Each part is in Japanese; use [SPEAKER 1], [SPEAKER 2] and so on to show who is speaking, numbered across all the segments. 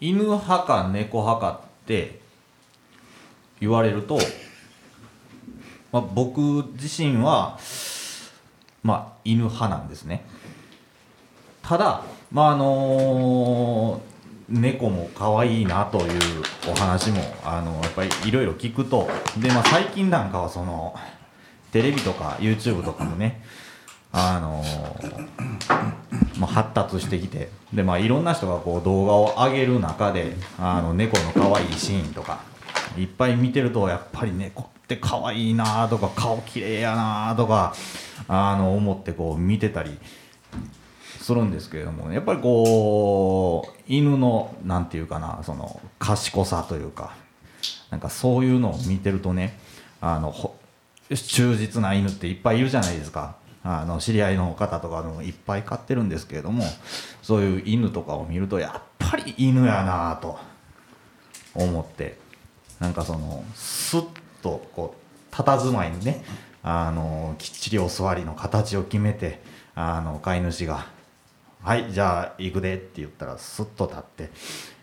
[SPEAKER 1] 犬派か猫派かって言われると、まあ、僕自身は、まあ、犬派なんですねただまああの猫も可愛いなというお話も、あのやっぱりいろいろ聞くとで、まあ、最近なんかはそのテレビとか YouTube とかもねあのまあ、発達してきてで、まあ、いろんな人がこう動画を上げる中であの猫の可愛いシーンとかいっぱい見てるとやっぱり猫って可愛いなとか顔綺麗やなとかあの思ってこう見てたりするんですけれどもやっぱりこう犬のなんていうかなその賢さというかなんかそういうのを見てるとねあのほ忠実な犬っていっぱいいるじゃないですかあの知り合いの方とかのいっぱい飼ってるんですけれどもそういう犬とかを見るとやっぱり犬やなぁと思ってなんかそのスッとこう佇まいにねあのきっちりお座りの形を決めてあの飼い主が「はいじゃあ行くで」って言ったらスッと立って、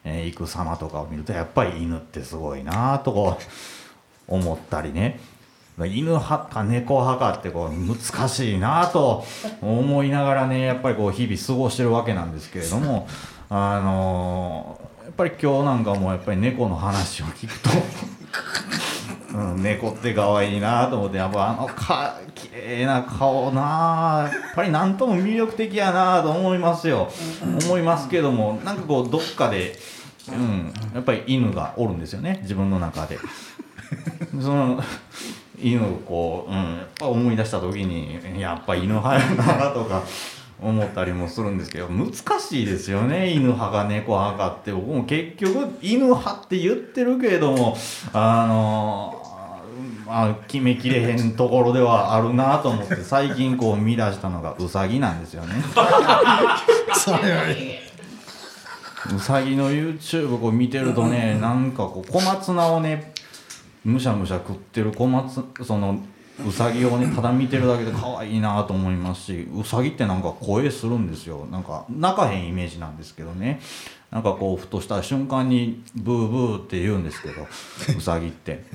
[SPEAKER 1] えー行く様とかを見るとやっぱり犬ってすごいなぁとこう 思ったりね犬派か猫派かってこう難しいなと思いながらねやっぱりこう日々過ごしてるわけなんですけれどもあのーやっぱり今日なんかもやっぱり猫の話を聞くと、うん、猫って可愛いなと思ってやっぱあのか綺麗な顔なやっぱり何とも魅力的やなと思いますよ思いますけどもなんかこうどっかで、うん、やっぱり犬がおるんですよね自分の中で。 その犬をこう、うん、やっぱ思い出した時にやっぱ犬派やなとか思ったりもするんですけど難しいですよね犬派か猫派かって僕も結局犬派って言ってるけれどもあのまあ決めきれへんところではあるなと思って最近こう見出したのがウサギなんですよね。
[SPEAKER 2] それは
[SPEAKER 1] うさぎの YouTube こう見てるとねなんかこう小松菜をねむしゃむしゃ食ってる小松そのうさぎをねただ見てるだけで可愛いなと思いますしうさぎってなんか声するんですよなんか鳴かへんイメージなんですけどねなんかこうふとした瞬間にブーブーって言うんですけどうさぎって。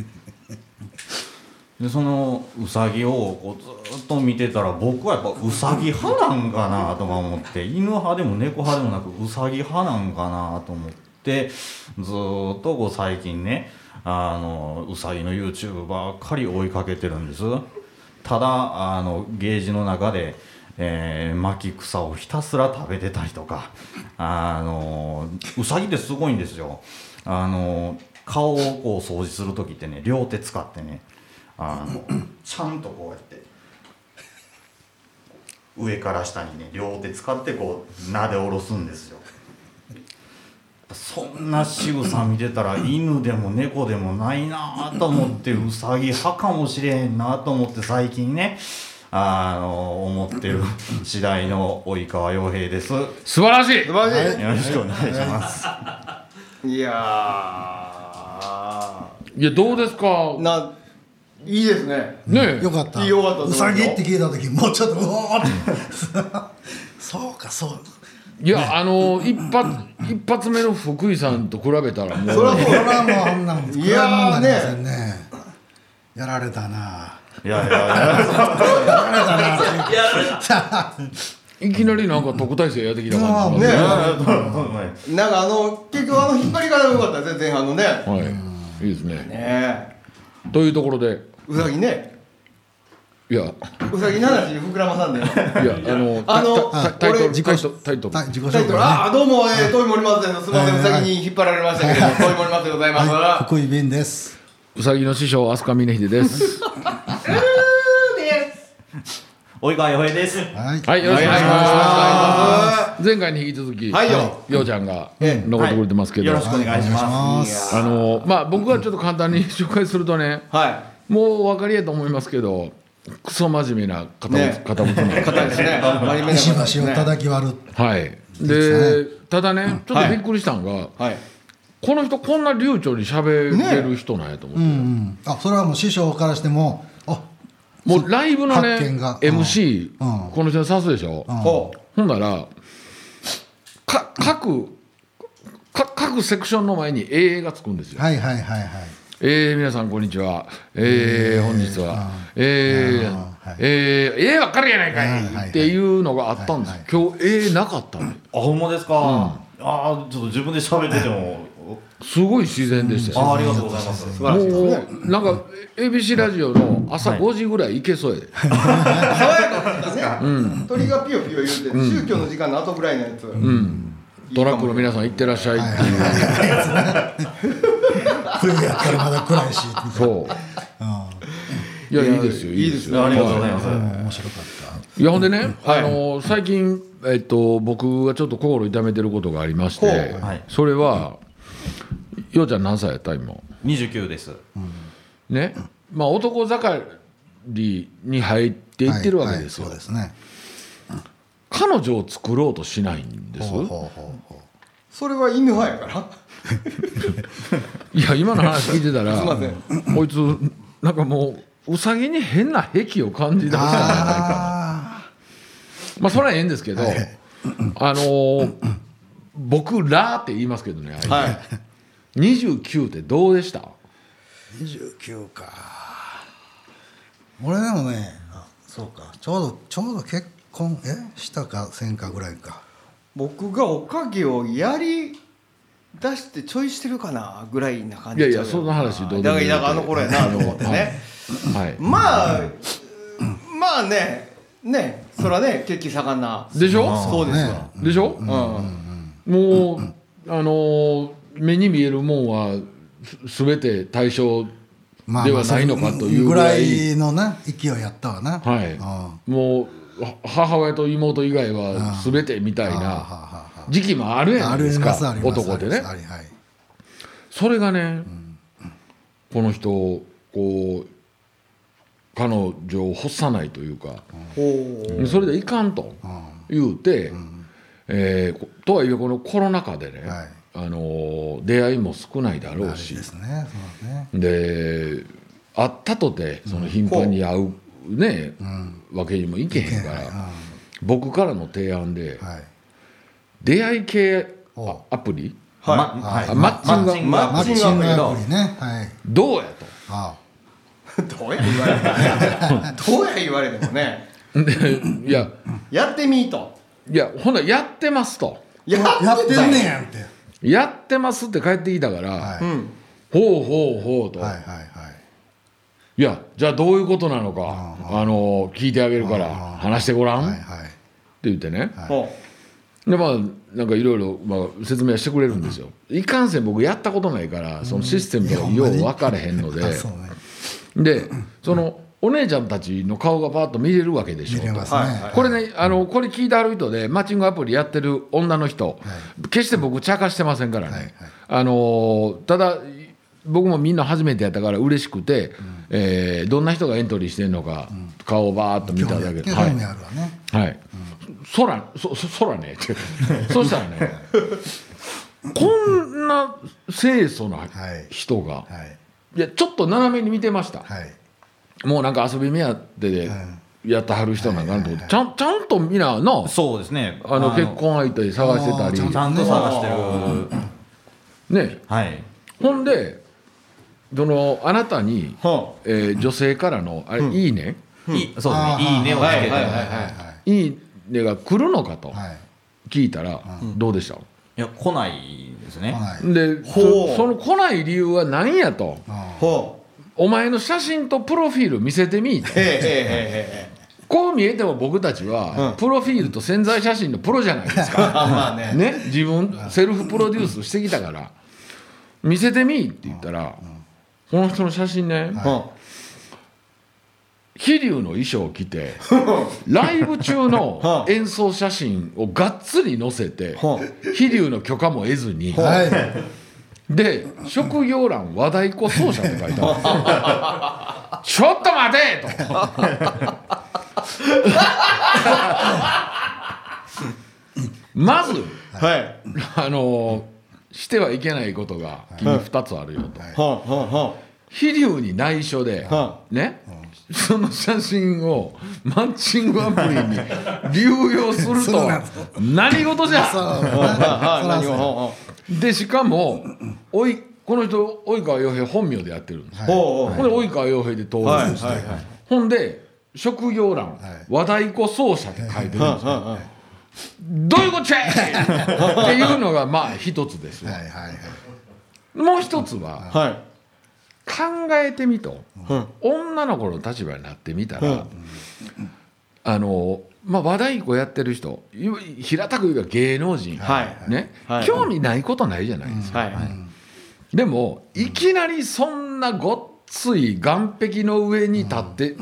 [SPEAKER 1] でそのうさぎをこうずっと見てたら僕はやっぱうさぎ派なんかなとか思って犬派でも猫派でもなくうさぎ派なんかなと思ってずっとこう最近ねあのうさぎの YouTube ばっかり追いかけてるんですただあのゲージの中で、えー巻き草をひたすら食べてたりとかあのうさぎってすごいんですよあの顔をこう掃除する時ってね両手使ってねあのちゃんとこうやって上から下にね両手使ってこう撫で下ろすんですよそんな仕草見てたら犬でも猫でもないなと思ってウサギ派かもしれへんなと思って最近ねあの思ってる次第の及川洋平ですよ
[SPEAKER 3] 素晴らしい
[SPEAKER 2] 素晴ら
[SPEAKER 1] ろし
[SPEAKER 2] し
[SPEAKER 1] くお願いします
[SPEAKER 2] い、い、や
[SPEAKER 3] いやどうですか
[SPEAKER 2] ーないいですね
[SPEAKER 3] ねえ
[SPEAKER 4] よかった。
[SPEAKER 2] よかったと思うよ
[SPEAKER 4] うさぎって聞いた時、もうちょっとうおーってそうか、そう。
[SPEAKER 3] いやあの一発一発目の福井さんと比べたらも
[SPEAKER 2] そうれは
[SPEAKER 4] こ
[SPEAKER 2] も
[SPEAKER 4] れはもうあんなん。
[SPEAKER 2] いやーね
[SPEAKER 4] これはもうなりませんね。やられたな。
[SPEAKER 1] いやいやいや
[SPEAKER 3] いきなりなんか特待生やってきた感じ
[SPEAKER 2] ね
[SPEAKER 3] が
[SPEAKER 2] え
[SPEAKER 1] は
[SPEAKER 2] うなんかあの結局あの引っ張り方が良かったですね前半のねね
[SPEAKER 3] はいいいですね
[SPEAKER 2] え
[SPEAKER 3] というところで
[SPEAKER 2] うさぎね
[SPEAKER 3] いやいう
[SPEAKER 2] さぎの話膨らまさんで
[SPEAKER 3] やあの
[SPEAKER 2] あの
[SPEAKER 3] タタタイト
[SPEAKER 2] 俺
[SPEAKER 3] ルタイトルタイトル
[SPEAKER 4] はい、 自己紹
[SPEAKER 2] タ
[SPEAKER 4] 介
[SPEAKER 2] イトル
[SPEAKER 4] ね。
[SPEAKER 2] あどうもえー遠い森松ですすみません
[SPEAKER 4] は
[SPEAKER 2] う
[SPEAKER 4] い
[SPEAKER 2] さぎに引っ張られましたけども遠い森松でございます
[SPEAKER 4] はい、福井便です。
[SPEAKER 3] うさぎの師匠飛鳥峰秀です
[SPEAKER 1] い及川洋平です
[SPEAKER 4] はい。
[SPEAKER 3] はいよろしくお願いします前回に引き続き
[SPEAKER 2] はいよ
[SPEAKER 3] ようちゃんが
[SPEAKER 2] ええ
[SPEAKER 3] 残ってくれてますけど
[SPEAKER 1] はいよろしくお願いします
[SPEAKER 4] はいお願い
[SPEAKER 3] あ
[SPEAKER 4] し
[SPEAKER 3] のまあ僕はちょっと簡単に 紹介するとね
[SPEAKER 2] は
[SPEAKER 3] もうお分かりやと思いますけどクソ真面目な堅物
[SPEAKER 2] ね
[SPEAKER 3] 堅物なん
[SPEAKER 2] い
[SPEAKER 3] です
[SPEAKER 2] 硬いですね真面目な方で
[SPEAKER 4] 石
[SPEAKER 2] す
[SPEAKER 4] 橋を
[SPEAKER 2] ね
[SPEAKER 4] 叩き割る。
[SPEAKER 3] はい
[SPEAKER 4] で
[SPEAKER 3] で
[SPEAKER 4] す
[SPEAKER 3] ただねちょっとびっくりしたんが
[SPEAKER 2] はい
[SPEAKER 3] この人こんな流暢に喋れる人なんやと思
[SPEAKER 4] う
[SPEAKER 3] っ
[SPEAKER 4] んうん。あ、それはもう師匠からしても、あ、
[SPEAKER 3] てもうライブのね
[SPEAKER 4] 発見がうん
[SPEAKER 3] MC
[SPEAKER 4] うん
[SPEAKER 3] この人に刺すでしょ
[SPEAKER 4] うん
[SPEAKER 2] ほう
[SPEAKER 3] ほんならか各か各セクションの前に AA がつくんですよ。
[SPEAKER 4] はいはいは いはい
[SPEAKER 3] えー、皆さんこんにちは。えー、本日は、えー
[SPEAKER 4] あーはい
[SPEAKER 3] えー、ええばっかりやないか
[SPEAKER 4] はいはいはいい
[SPEAKER 3] っていうのがあったんですよ。
[SPEAKER 4] はい
[SPEAKER 3] 今日ええなかったね。
[SPEAKER 1] あほんまですか、ああーちょっと自分で喋ってても
[SPEAKER 3] すごい自然でしたよ。
[SPEAKER 1] あーありがとうございます
[SPEAKER 2] 素晴らしいです
[SPEAKER 3] も
[SPEAKER 2] ね。
[SPEAKER 3] うなんか ABC ラジオの朝
[SPEAKER 1] はい
[SPEAKER 3] 5時ぐらい行けそうやで、
[SPEAKER 2] 爽やかだったですね。鳥がピヨピヨ言うて、宗教の時間の後ぐらいのやつ。
[SPEAKER 3] トラックの皆
[SPEAKER 2] さ
[SPEAKER 3] さん行ってらっしゃいって
[SPEAKER 4] はい
[SPEAKER 3] いう、
[SPEAKER 4] 冬やったらまだ暗いし
[SPEAKER 3] そういやいいですよいいですよ
[SPEAKER 1] ありがとうございます、
[SPEAKER 4] 面白かっ
[SPEAKER 3] いやほんでね、あの最近、えっと、僕がちょっと心痛めてることがありまして、
[SPEAKER 1] うはい
[SPEAKER 3] それはようちゃん何歳やった今
[SPEAKER 1] 29です
[SPEAKER 3] ねまあ男盛りに入って
[SPEAKER 4] た
[SPEAKER 3] いってるわけですよ、
[SPEAKER 4] はいはいそうですね
[SPEAKER 3] 彼女を作ろうとしないんです
[SPEAKER 4] ほうほうほうほ
[SPEAKER 2] それは犬派やから。
[SPEAKER 3] いや今の話聞いてたら
[SPEAKER 2] すいま
[SPEAKER 3] こいつなんかもうウサギに変な癖を感じ出したんじゃないか
[SPEAKER 4] あ
[SPEAKER 3] なまあそれはええんですけど、あのー僕「ら」って言いますけどね、あ
[SPEAKER 2] はい。
[SPEAKER 3] れ29ってどうでした
[SPEAKER 4] ー29か俺でもねあそうかちょうどちょうど結婚えしたかせんかぐらいか
[SPEAKER 2] 僕がおかげをやり出してちょいしてるかなぐらいな感じ
[SPEAKER 3] いやいや
[SPEAKER 2] ちゃう
[SPEAKER 3] そんな話どうで
[SPEAKER 2] だ
[SPEAKER 3] も
[SPEAKER 2] か
[SPEAKER 3] い
[SPEAKER 2] ら
[SPEAKER 3] い
[SPEAKER 2] だからあの頃やなと思ってね
[SPEAKER 3] はい、
[SPEAKER 2] まあまあねねそらね血気盛んな
[SPEAKER 3] でしょ
[SPEAKER 2] そうですわ
[SPEAKER 3] でしょ、
[SPEAKER 2] うん
[SPEAKER 3] もう、あのー目に見えるもんはすべて対象ではないのかというぐらい,、
[SPEAKER 4] ぐらいのな勢いやったわなうん
[SPEAKER 3] はいもうは母親と妹以外はすべてみたい
[SPEAKER 4] はあは
[SPEAKER 3] な
[SPEAKER 4] あは
[SPEAKER 3] 時期もあるや
[SPEAKER 4] あ
[SPEAKER 3] ない
[SPEAKER 4] あ
[SPEAKER 3] で
[SPEAKER 4] り
[SPEAKER 3] す
[SPEAKER 4] ま
[SPEAKER 3] か
[SPEAKER 4] すあります
[SPEAKER 3] 男でね
[SPEAKER 4] ありますはいはい
[SPEAKER 3] それがね、この人こう彼女を欲さないというか、
[SPEAKER 2] ほう
[SPEAKER 3] それでいかんと言うて、えーことはいえこのコロナ禍でね、
[SPEAKER 4] はい
[SPEAKER 3] あのー出会いも少ないだろうし
[SPEAKER 4] ですねそうね
[SPEAKER 3] で会ったとてその頻繁に会う、ね、わけにもいけへんから、僕からの提案で、
[SPEAKER 4] はい
[SPEAKER 3] 出会い系
[SPEAKER 4] お
[SPEAKER 3] あアプリ
[SPEAKER 2] はい
[SPEAKER 1] ま
[SPEAKER 4] はい
[SPEAKER 1] はい
[SPEAKER 3] マッチング
[SPEAKER 1] マ
[SPEAKER 4] マ
[SPEAKER 1] ッ
[SPEAKER 4] ッ
[SPEAKER 1] チング
[SPEAKER 4] チング
[SPEAKER 1] ア
[SPEAKER 4] ア
[SPEAKER 1] プ
[SPEAKER 4] プ
[SPEAKER 1] リ
[SPEAKER 4] リねはい
[SPEAKER 3] どうや
[SPEAKER 4] あ
[SPEAKER 2] どうや言われてもどうや言われてもね
[SPEAKER 3] と。でいや
[SPEAKER 2] やってみーと
[SPEAKER 3] いやほんならやってますと
[SPEAKER 2] やって
[SPEAKER 4] あやって
[SPEAKER 2] た
[SPEAKER 4] ん
[SPEAKER 2] よ
[SPEAKER 4] ねんやんって
[SPEAKER 3] やってますって帰ってきたから、
[SPEAKER 4] は
[SPEAKER 2] う
[SPEAKER 4] い
[SPEAKER 2] ん
[SPEAKER 3] ほうほうほうと、
[SPEAKER 4] はいはいはい
[SPEAKER 3] いやじゃあどういうことなのか、あの聞いてあげるから話してごらん、
[SPEAKER 4] は
[SPEAKER 3] っ
[SPEAKER 4] い
[SPEAKER 3] て
[SPEAKER 4] はい
[SPEAKER 3] 言ってね、
[SPEAKER 4] はい
[SPEAKER 2] ほ
[SPEAKER 3] でまあなんかいろいろまあ説明はしてくれるんですよ、いかんせん僕やったことないからそのシステムとかよう分からへんので、
[SPEAKER 4] あそうね
[SPEAKER 3] でそのお姉ちゃんたちの顔がパッと見れるわけでしょ
[SPEAKER 4] 見れますね
[SPEAKER 2] はい
[SPEAKER 4] はい
[SPEAKER 3] これねあのこれ聞いてある人でマッチングアプリやってる女の人、決して僕茶化してませんからね、
[SPEAKER 4] はいはい
[SPEAKER 3] あのーただ僕もみんな初めてやったから嬉しくて、えーどんな人がエントリーしてんのか、顔をバーッと見
[SPEAKER 4] 興
[SPEAKER 3] た
[SPEAKER 4] 味あ
[SPEAKER 3] だけ
[SPEAKER 4] る
[SPEAKER 3] で、
[SPEAKER 4] 興
[SPEAKER 3] はい
[SPEAKER 4] 味あるわね
[SPEAKER 3] はい、そらそそそらね ってそしたらねこんな清楚な人が、
[SPEAKER 4] はい
[SPEAKER 3] い、やちょっと斜めに見てました、
[SPEAKER 4] はい
[SPEAKER 3] もうなんか遊び目やってでやってはる人なんかなと思ってちゃんちゃんとみんなの
[SPEAKER 1] そうですね
[SPEAKER 3] あの結婚相手探してたり
[SPEAKER 1] ちゃんと探してる
[SPEAKER 3] ね
[SPEAKER 1] はい
[SPEAKER 3] ほんでそのあなたに
[SPEAKER 2] う、ほ
[SPEAKER 3] えー女性からの「あれいいね
[SPEAKER 1] いそうです
[SPEAKER 4] あー
[SPEAKER 1] ねいいねをつけて
[SPEAKER 2] はいはいいはい
[SPEAKER 3] いいね」が来るのかと
[SPEAKER 4] はい
[SPEAKER 3] 聞いたらどうでした
[SPEAKER 1] や来ないですね
[SPEAKER 4] はい
[SPEAKER 3] で
[SPEAKER 2] ほ
[SPEAKER 3] そうその来ない理由は何やと
[SPEAKER 2] うほう
[SPEAKER 3] お前の写真とプロフィール見せてみいと
[SPEAKER 2] へえへえへえへえ
[SPEAKER 3] こう見えても僕たちはプロフィールと潜在写真のプロじゃないですか
[SPEAKER 2] あまあ ね
[SPEAKER 3] ね、自分セルフプロデュースしてきたから見せてみいって言ったらこの人の写真ね
[SPEAKER 2] ほ
[SPEAKER 3] 飛龍の衣装を着て ライブ中の
[SPEAKER 2] はあ
[SPEAKER 3] 演奏写真をがっつり載せて
[SPEAKER 2] は
[SPEAKER 3] 飛龍の許可も得ずに
[SPEAKER 4] はい
[SPEAKER 3] で職業欄和太鼓奏者って書いてあるちょっと待て!」とまず
[SPEAKER 2] うはい
[SPEAKER 3] あのしてはいけないことが君2つあるよと
[SPEAKER 2] ほうほうほ
[SPEAKER 3] 飛龍に内緒で
[SPEAKER 2] は
[SPEAKER 3] ねその写真をマッチングアプリに流用する
[SPEAKER 4] そ
[SPEAKER 3] と
[SPEAKER 4] うな
[SPEAKER 3] は
[SPEAKER 4] んです
[SPEAKER 3] 何事じ
[SPEAKER 4] そう
[SPEAKER 3] ゃ
[SPEAKER 2] はい何
[SPEAKER 4] なんです
[SPEAKER 2] を
[SPEAKER 4] よ
[SPEAKER 2] ほ
[SPEAKER 3] でしかもおいこの人及川洋平本名でやってるんです、
[SPEAKER 2] うほうほう
[SPEAKER 3] ほんで及川洋平で登
[SPEAKER 2] はい
[SPEAKER 3] 録して、
[SPEAKER 2] はいはい
[SPEAKER 3] ほんで職業欄、
[SPEAKER 4] い
[SPEAKER 3] 和太鼓奏者って書いてるんですよ、
[SPEAKER 2] は
[SPEAKER 3] どういう ことやっていうのがまあ一つです
[SPEAKER 4] はい
[SPEAKER 3] わ
[SPEAKER 4] はいはい
[SPEAKER 3] もう一つ
[SPEAKER 2] い
[SPEAKER 3] は
[SPEAKER 2] はい
[SPEAKER 3] 考えてみと
[SPEAKER 2] はい
[SPEAKER 3] 女の子の立場になってみたら、
[SPEAKER 2] うん
[SPEAKER 3] あのまあ和太鼓やってる人いわ平たく言えば芸能人、
[SPEAKER 2] はい
[SPEAKER 3] ね
[SPEAKER 2] はい
[SPEAKER 3] 興味ないことないじゃないですか、
[SPEAKER 2] はいはい
[SPEAKER 3] でもいきなりそんなごっつい岸壁の上に立って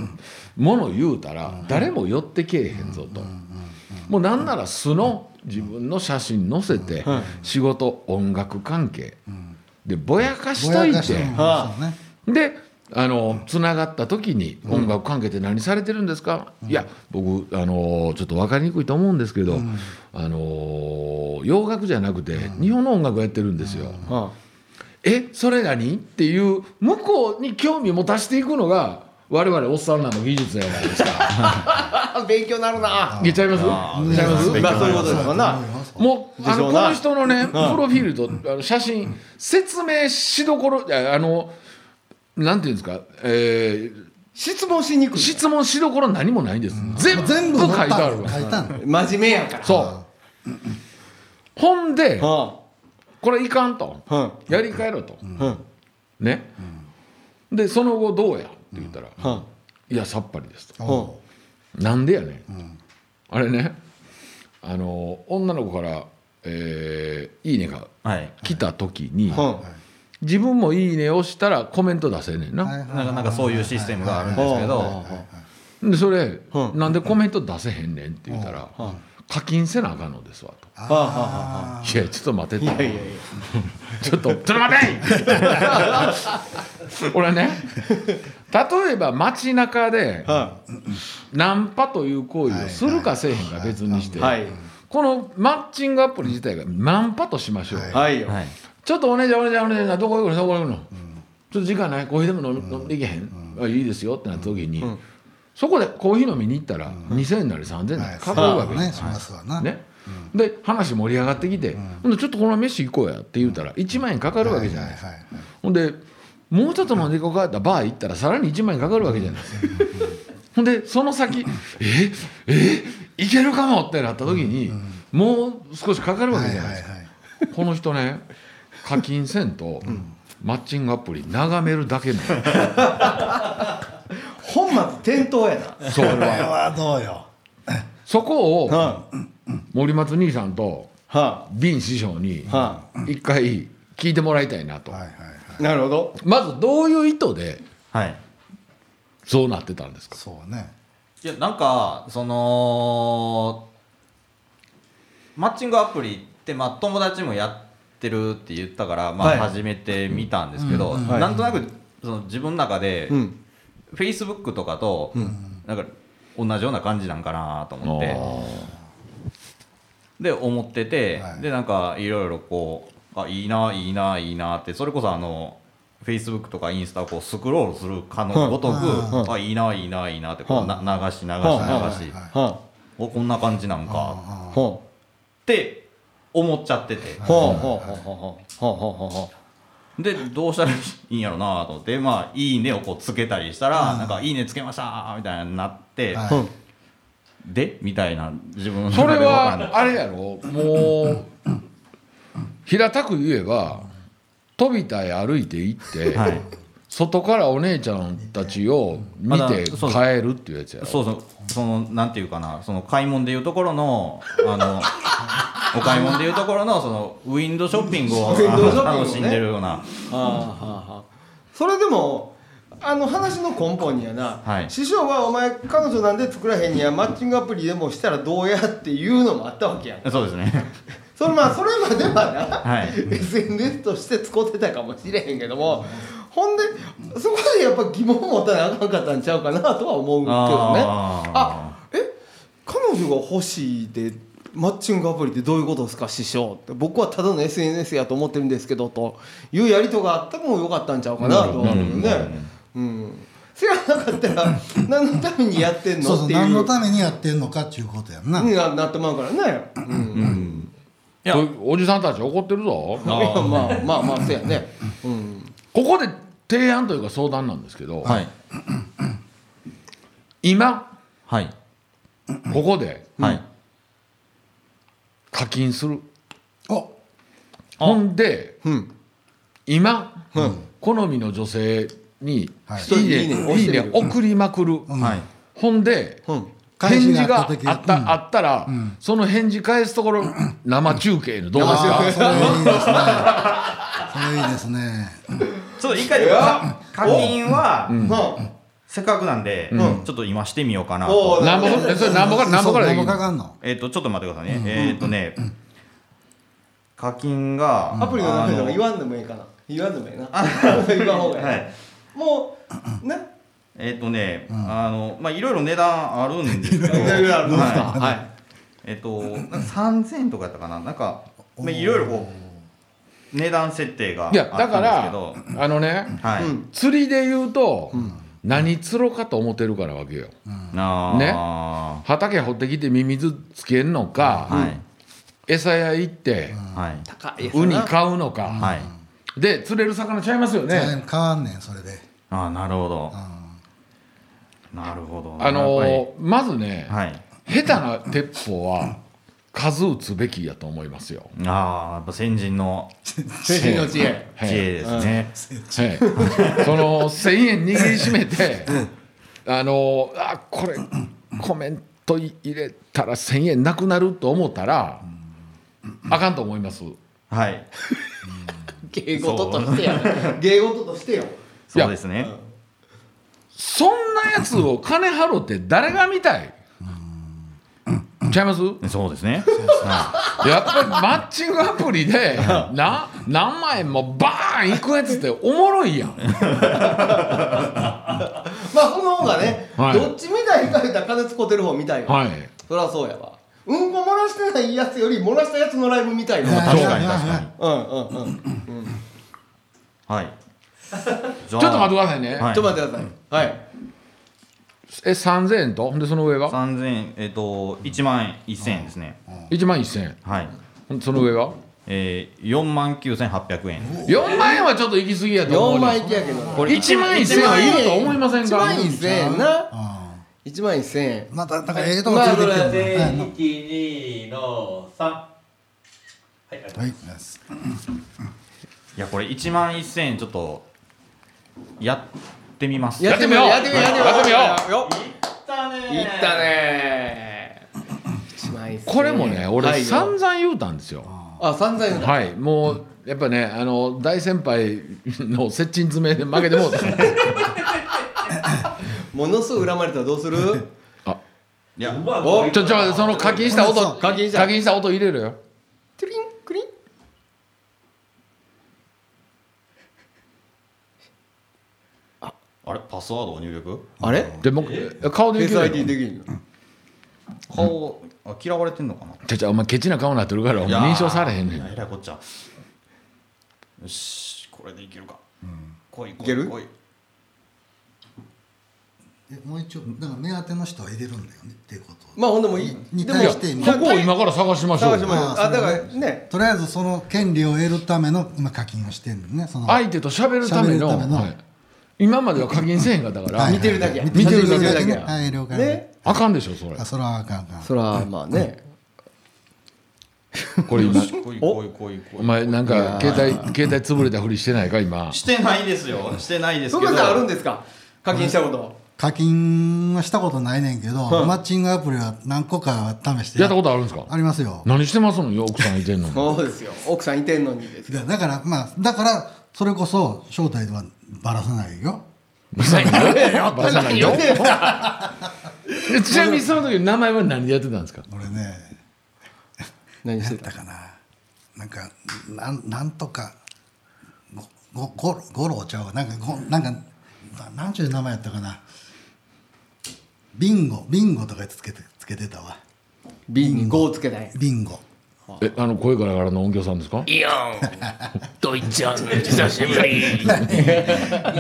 [SPEAKER 3] もの言うたら誰も寄ってけえへんぞと。もうなんなら素の自分の写真載せて
[SPEAKER 2] うん
[SPEAKER 3] 仕事音楽関係
[SPEAKER 4] ん
[SPEAKER 3] でぼやかし
[SPEAKER 4] ぼ
[SPEAKER 3] とい
[SPEAKER 4] やかしてても
[SPEAKER 2] は
[SPEAKER 4] そうね
[SPEAKER 3] であのつながった時に「音楽関係って何されてるんですかいや僕あのちょっと分かりにくいと思うんですけど、あの洋楽じゃなくて日本の音楽やってるんですよ。
[SPEAKER 2] は
[SPEAKER 3] えそれ何っていう向こうに興味持たしていくのが我々おっさんらの技術じゃないですか
[SPEAKER 2] あ勉強になるな
[SPEAKER 3] 言っちゃいます
[SPEAKER 1] あー
[SPEAKER 3] 言っちゃいます
[SPEAKER 2] まあそういうことですもんな
[SPEAKER 3] もうあの
[SPEAKER 2] 自称
[SPEAKER 3] こ
[SPEAKER 2] な
[SPEAKER 3] の人のねプロフィールとあの写真説明しどころいやあのなんていうんですか、え
[SPEAKER 2] 質問しにく
[SPEAKER 3] ー
[SPEAKER 2] い
[SPEAKER 3] 質問しどころ何もないんです、全
[SPEAKER 4] 全
[SPEAKER 3] 部
[SPEAKER 4] 部
[SPEAKER 3] 書
[SPEAKER 4] 書
[SPEAKER 3] い
[SPEAKER 4] い
[SPEAKER 3] て
[SPEAKER 4] て
[SPEAKER 3] あ
[SPEAKER 4] あ
[SPEAKER 3] る
[SPEAKER 4] る
[SPEAKER 3] わ
[SPEAKER 4] 書いたん
[SPEAKER 2] 真面目やから
[SPEAKER 3] そうほんで
[SPEAKER 2] は
[SPEAKER 3] これいかんと
[SPEAKER 2] あは
[SPEAKER 3] やり替えろと
[SPEAKER 2] あは
[SPEAKER 3] ねでその後どうやって言ったら
[SPEAKER 2] あは
[SPEAKER 3] 「いやさっぱりです」と
[SPEAKER 2] あは
[SPEAKER 3] 「なんでやねん」あれねあの女の子から「えーいいね」が
[SPEAKER 1] はい
[SPEAKER 3] 来た時に
[SPEAKER 2] あは
[SPEAKER 3] 自分も「いいね」をしたらコメント出せんねんな。
[SPEAKER 1] なんかなんかそういうシステムがあるんですけ
[SPEAKER 2] は
[SPEAKER 1] ど
[SPEAKER 2] あは
[SPEAKER 3] でそれ、
[SPEAKER 2] うん
[SPEAKER 3] なんでコメント出せへんねんって言ったら、
[SPEAKER 2] うん
[SPEAKER 3] 課金せなあかんのですわと。
[SPEAKER 4] あ
[SPEAKER 2] はあはあ
[SPEAKER 3] いやちょっと待て
[SPEAKER 2] い
[SPEAKER 3] と
[SPEAKER 2] やいやいや
[SPEAKER 3] ちょっとちょっと 待て俺ね例えば街中で
[SPEAKER 2] は
[SPEAKER 3] ナンパという行為をするかせえへんか別にして、
[SPEAKER 2] いはい
[SPEAKER 3] このマッチングアプリ自体がナンパとしましょう、
[SPEAKER 4] はい
[SPEAKER 2] はいよ
[SPEAKER 1] はい
[SPEAKER 3] ちょっとお姉ちゃんお姉ちゃんお姉ちゃんどこ行くのどこ行くの、ちょっと時間ないコーヒーでも飲み飲んでいけへん、あいいですよってなった時に、
[SPEAKER 2] うん
[SPEAKER 3] そこでコーヒー飲みに行ったら2,000円なり3,000円な
[SPEAKER 4] は
[SPEAKER 3] り
[SPEAKER 4] い
[SPEAKER 3] か
[SPEAKER 4] そ
[SPEAKER 3] かる
[SPEAKER 4] う
[SPEAKER 3] わけ
[SPEAKER 4] だねしますわな
[SPEAKER 3] ね、で話盛り上がってきて、ほんでちょっとこの飯行こうやって言うたら1万円かかるわけじゃないですか、
[SPEAKER 4] はいはいはい
[SPEAKER 3] ほんでもうちょっと飲んでいこうかってバー行ったらさらに1万円かかるわけじゃないですかほんでその先ええいけるかもってなった時に、もう少しかかるわけじゃないですか、
[SPEAKER 4] はいはいはい
[SPEAKER 3] この人ね課金せんと、マッチングアプリ眺めるだけの
[SPEAKER 2] 本末転倒やな
[SPEAKER 3] それ
[SPEAKER 4] これ
[SPEAKER 3] は
[SPEAKER 4] はどうよ
[SPEAKER 3] そこを
[SPEAKER 2] はあ
[SPEAKER 3] 森松兄さんと
[SPEAKER 2] は
[SPEAKER 3] 瓶師匠に
[SPEAKER 2] あは
[SPEAKER 3] 一回聞いてもらいたいなと、
[SPEAKER 4] はいはいはい
[SPEAKER 2] あなるほど
[SPEAKER 3] まずどういう意図で
[SPEAKER 1] はい
[SPEAKER 3] そうなってたんですか
[SPEAKER 4] そうね
[SPEAKER 1] いやなんかそのマッチングアプリって、まあ、友達もやってるって言ったから、ま
[SPEAKER 2] はい
[SPEAKER 1] あ、始めてみたんですけど、
[SPEAKER 2] んはい
[SPEAKER 1] なんとなくその自分の中で、
[SPEAKER 2] うん
[SPEAKER 1] フェイスブックとかと、なんか同じような感じなんかなと思ってで思ってて、
[SPEAKER 4] はい
[SPEAKER 1] でなんかいろいろこうあいいないいないいなってそれこそあのフェイスブックとかインスタをこうスクロールするかのごとく、
[SPEAKER 4] は
[SPEAKER 1] あいいないいないいなってこ
[SPEAKER 2] は
[SPEAKER 1] う
[SPEAKER 2] い
[SPEAKER 1] な流し流し流し、
[SPEAKER 2] はい
[SPEAKER 4] はい
[SPEAKER 2] は
[SPEAKER 1] おこんな感じなん
[SPEAKER 4] あ
[SPEAKER 1] か
[SPEAKER 2] あ
[SPEAKER 4] あ
[SPEAKER 2] は
[SPEAKER 1] って思っちゃってて
[SPEAKER 2] あはあはあはあはあはあはあ
[SPEAKER 1] でどうしたらいいんやろうなと思って「まあ、いいね」をこうつけたりしたら「
[SPEAKER 4] うん
[SPEAKER 1] なんかいいねつけました」みたいになって
[SPEAKER 4] は
[SPEAKER 1] 「
[SPEAKER 4] い
[SPEAKER 2] うん
[SPEAKER 1] で?」みたいな自分の
[SPEAKER 3] そ
[SPEAKER 1] 中
[SPEAKER 3] れ
[SPEAKER 1] でわから
[SPEAKER 3] は
[SPEAKER 1] ん
[SPEAKER 3] あれやろもう平たく言えば飛びたい歩いて行って、
[SPEAKER 1] はい
[SPEAKER 3] 外からお姉ちゃんたちを見
[SPEAKER 1] まだ
[SPEAKER 3] て
[SPEAKER 1] そう
[SPEAKER 3] 帰るっていうやつやろ
[SPEAKER 1] そうそうそのなんていうかなその買い物でいうところのあの お買い物でいうところのそのウィンドウショッピングを
[SPEAKER 2] ウィンドウショッピングをね
[SPEAKER 1] 楽しんでるような
[SPEAKER 2] はあはあはあそれでもあの話の根本にはな、
[SPEAKER 1] はい
[SPEAKER 2] 師匠は「お前彼女なんで作らへんにやマッチングアプリでもしたらどうや?」っていうのもあったわけやん
[SPEAKER 1] そうですね
[SPEAKER 2] それまあそれまではな、
[SPEAKER 1] はい
[SPEAKER 2] SNS として使ってたかもしれへんけどもほんでそこでやっぱ疑問持たなあかんかったんちゃうかなとは思うけどね
[SPEAKER 1] あー
[SPEAKER 2] あえ彼女が欲しいでマッチングアプリってどういうことですか師匠って僕はただの SNS やと思ってるんですけどというやりとりがあってもよかったんちゃうかなとは思うけどねうんせやなかったら何のためにやってん
[SPEAKER 4] そう
[SPEAKER 2] の
[SPEAKER 4] そ
[SPEAKER 2] っ
[SPEAKER 4] う
[SPEAKER 2] ていう
[SPEAKER 4] 何のためにやってんのかっていうことやんな、
[SPEAKER 2] にななってまうからね、うん、
[SPEAKER 1] いや
[SPEAKER 3] こういうおじさんたち怒ってるぞ
[SPEAKER 2] いやまあまあまあせやね、うん、
[SPEAKER 3] ここで提案というか相談なんですけど、
[SPEAKER 1] はい
[SPEAKER 3] 今
[SPEAKER 1] はい
[SPEAKER 3] ここで
[SPEAKER 1] はい
[SPEAKER 3] 課金する、
[SPEAKER 4] お
[SPEAKER 3] ほんで
[SPEAKER 2] うん
[SPEAKER 3] 今、
[SPEAKER 2] うん
[SPEAKER 3] 好みの女性に「
[SPEAKER 4] はい
[SPEAKER 3] い、いね」
[SPEAKER 2] いいね
[SPEAKER 3] いいね送りまくる、
[SPEAKER 1] はい
[SPEAKER 3] ほんで、
[SPEAKER 2] うん
[SPEAKER 4] 返
[SPEAKER 3] 返
[SPEAKER 4] し
[SPEAKER 3] 事
[SPEAKER 4] があ
[SPEAKER 3] が
[SPEAKER 4] っ
[SPEAKER 3] あ
[SPEAKER 4] た
[SPEAKER 3] っ
[SPEAKER 4] 時
[SPEAKER 3] たあった,、
[SPEAKER 4] うん
[SPEAKER 3] ら、その返事返すところ生中継のどうです
[SPEAKER 4] あ
[SPEAKER 3] か
[SPEAKER 4] ーそれいいですねそれいいですね
[SPEAKER 1] ちょっと一回か課金は、せっかくなんで、
[SPEAKER 2] ん
[SPEAKER 1] ちょっと今してみようかな
[SPEAKER 2] お
[SPEAKER 1] と
[SPEAKER 2] う。
[SPEAKER 3] なんぼ
[SPEAKER 2] うん
[SPEAKER 3] それなんぼからなんぼからでいい
[SPEAKER 4] そうなんぼかかんの
[SPEAKER 1] えっ、とちょっと待ってくださいね。えっ、とね、課金が
[SPEAKER 2] アプリの名前とか言
[SPEAKER 1] わ
[SPEAKER 2] わんでもいいかな言わんでもいいな言わんほうがいいな、
[SPEAKER 1] はい。
[SPEAKER 2] もうね
[SPEAKER 1] えっ、とね、あのまあいろいろ値段あるんですけど、
[SPEAKER 2] いろいろあるんですか
[SPEAKER 1] はい。えっ、となんか三千円とかやったかな。なんかまあいろいろこう値段設定があっ
[SPEAKER 3] いやだ
[SPEAKER 1] た
[SPEAKER 3] か
[SPEAKER 1] んですけ
[SPEAKER 3] ら
[SPEAKER 1] ど、
[SPEAKER 3] あのね
[SPEAKER 1] はい。
[SPEAKER 2] うん
[SPEAKER 3] 釣りで言うと、何釣ろうかと思ってるからわけよ
[SPEAKER 1] なあ、
[SPEAKER 3] 畑掘ってきてミミズつけんのか、
[SPEAKER 1] はい
[SPEAKER 3] 餌屋行って、
[SPEAKER 1] はい
[SPEAKER 2] 高いやつ
[SPEAKER 3] ウニ
[SPEAKER 2] な
[SPEAKER 3] 買うのか、
[SPEAKER 1] はい。
[SPEAKER 3] で釣れる魚ちゃいますよね、
[SPEAKER 4] 全然変わんねんそれで
[SPEAKER 1] ああなるほど。なるほど。
[SPEAKER 3] あの
[SPEAKER 1] やっ
[SPEAKER 3] ーまずね、
[SPEAKER 1] ぱりはい。
[SPEAKER 3] 下手な鉄砲は数打つべきやと思いますよ。
[SPEAKER 1] ああやっぱ先人の
[SPEAKER 2] 先生の知恵
[SPEAKER 3] はい
[SPEAKER 1] 知恵ですね。
[SPEAKER 3] はいその1,000円握りしめてあのーあこれコメント入れたら1,000円なくなると思ったらあかんと思います。
[SPEAKER 1] はい。
[SPEAKER 2] 芸事としてや芸事としてよ
[SPEAKER 1] そうですね。
[SPEAKER 3] そんなやつを金払って誰が見たいちゃいます
[SPEAKER 1] そうですね。は
[SPEAKER 3] やっぱりマッチングアプリ でな何万円もバーンいくやつっておもろいやん。
[SPEAKER 2] まあその方がね、
[SPEAKER 3] はい
[SPEAKER 2] どっちみたいか言たら金使ってる方みたいよ、
[SPEAKER 3] はい
[SPEAKER 2] そりゃそうやわうんこ漏らしてないやつより漏らしたやつのライブみたいな
[SPEAKER 1] 確かに確かに
[SPEAKER 2] うんうんうん、うん、
[SPEAKER 1] い。 はい。ちょ
[SPEAKER 3] ちょっと待ってくださいね。
[SPEAKER 1] はい
[SPEAKER 2] ちょっと待ってくださいはい
[SPEAKER 3] え3000円とほんでその上が
[SPEAKER 1] 三千えっと一万一千円ですね。
[SPEAKER 3] 1万1000円
[SPEAKER 1] はい。
[SPEAKER 3] ほんでその上が
[SPEAKER 1] えー四万九千八百円。
[SPEAKER 3] 4万円はちょっと行き過ぎやと思
[SPEAKER 2] 4
[SPEAKER 3] う
[SPEAKER 2] 万
[SPEAKER 3] ね
[SPEAKER 2] いけやけどな
[SPEAKER 1] これ
[SPEAKER 3] 1万1000円はいると思いません
[SPEAKER 2] 1万
[SPEAKER 3] か
[SPEAKER 2] 1000円な
[SPEAKER 4] あ
[SPEAKER 2] 1万1000円
[SPEAKER 4] まただからええとこついてきてるもんね
[SPEAKER 5] で
[SPEAKER 4] はい
[SPEAKER 5] 一二の三。はい。
[SPEAKER 4] はい
[SPEAKER 1] いやこれ一万一千円ちょっとやってみます。
[SPEAKER 3] やってみよう
[SPEAKER 2] やってみよう
[SPEAKER 3] やってみよう
[SPEAKER 2] やってみよ
[SPEAKER 5] たね
[SPEAKER 2] ういった。ね1万1000円
[SPEAKER 3] これもね
[SPEAKER 2] は
[SPEAKER 3] 俺
[SPEAKER 2] い
[SPEAKER 3] 散々言うたんですよ
[SPEAKER 2] あ散々言うた
[SPEAKER 3] はいもうやっぱねあの大先輩の接近詰めで負けてもうた
[SPEAKER 2] ものすごい恨まれたらどう する
[SPEAKER 1] いや
[SPEAKER 5] お
[SPEAKER 3] ちょちょその課金した音
[SPEAKER 2] 課金した
[SPEAKER 3] 課金した音入れるよ
[SPEAKER 2] トゥリンクリン
[SPEAKER 1] あれパスワードを入力？
[SPEAKER 2] あれ
[SPEAKER 3] でも顔でいけ
[SPEAKER 2] ?Face
[SPEAKER 3] る
[SPEAKER 2] ID
[SPEAKER 3] よ
[SPEAKER 2] できるの
[SPEAKER 1] 顔あ嫌われてんのかな。
[SPEAKER 3] ちゃちゃお前ケチな顔になってるからお前認証されへんね
[SPEAKER 1] いや
[SPEAKER 3] ん
[SPEAKER 1] えらいこっちゃ。よしこれでいけるか。来い来い
[SPEAKER 2] いける
[SPEAKER 1] 来い
[SPEAKER 4] えもう一応だから目当ての人は入れるんだよねっていうこと
[SPEAKER 2] まあほんでもいい
[SPEAKER 4] に
[SPEAKER 2] で
[SPEAKER 4] 対して
[SPEAKER 2] も
[SPEAKER 4] 今
[SPEAKER 3] そこを今から探しましょ
[SPEAKER 2] 探
[SPEAKER 3] う
[SPEAKER 2] し
[SPEAKER 3] よ
[SPEAKER 2] ましょう
[SPEAKER 4] あ
[SPEAKER 2] あだか
[SPEAKER 4] そ
[SPEAKER 2] ら
[SPEAKER 4] うだ
[SPEAKER 2] ね
[SPEAKER 4] とりあえずその権利を得るための今課金をしてんのねその
[SPEAKER 3] 相手と喋るための
[SPEAKER 4] 喋るための
[SPEAKER 3] はい今までは課金せえへんかったから、
[SPEAKER 4] はい
[SPEAKER 2] 見てるだけや
[SPEAKER 4] 見てるだ
[SPEAKER 2] 見
[SPEAKER 4] け
[SPEAKER 2] てるだけや
[SPEAKER 4] はい了解
[SPEAKER 2] ね
[SPEAKER 3] あかんでしょそれ
[SPEAKER 4] あそれはあかんあかん
[SPEAKER 2] そらまあね
[SPEAKER 3] これ今
[SPEAKER 1] よし来い来い来い来い
[SPEAKER 3] お。前なんか携帯携帯潰れたふりしてないか今
[SPEAKER 1] してないですよしてないです
[SPEAKER 2] そ
[SPEAKER 1] け
[SPEAKER 2] こ
[SPEAKER 1] ど
[SPEAKER 2] さんあるんですか課金したこと
[SPEAKER 4] 課金はしたことないねんけど、
[SPEAKER 2] い
[SPEAKER 4] マッチングアプリは何個か試して
[SPEAKER 3] やったことあるんですか
[SPEAKER 4] ありますよ
[SPEAKER 3] 何してますのよ奥さんいてんのに
[SPEAKER 2] そうですよ奥さんいてんのにです
[SPEAKER 4] だだからまあだからそれこそ正体はバラさないよ
[SPEAKER 3] バサないよバサないよちなみにその時名前は何でやってたんですか
[SPEAKER 4] 俺ね
[SPEAKER 2] 何
[SPEAKER 4] 何
[SPEAKER 2] し
[SPEAKER 4] や
[SPEAKER 2] て
[SPEAKER 4] ったたかななんかなんなんとかごごごろちゃうわなんかごなんかななんちゅう名前やったかなビンゴビンゴとかつけてつけてたわ
[SPEAKER 2] ビンゴをつけない
[SPEAKER 4] ビンゴ
[SPEAKER 3] えあの声からからの音響さんですか
[SPEAKER 6] イオンドイちゃん久しぶり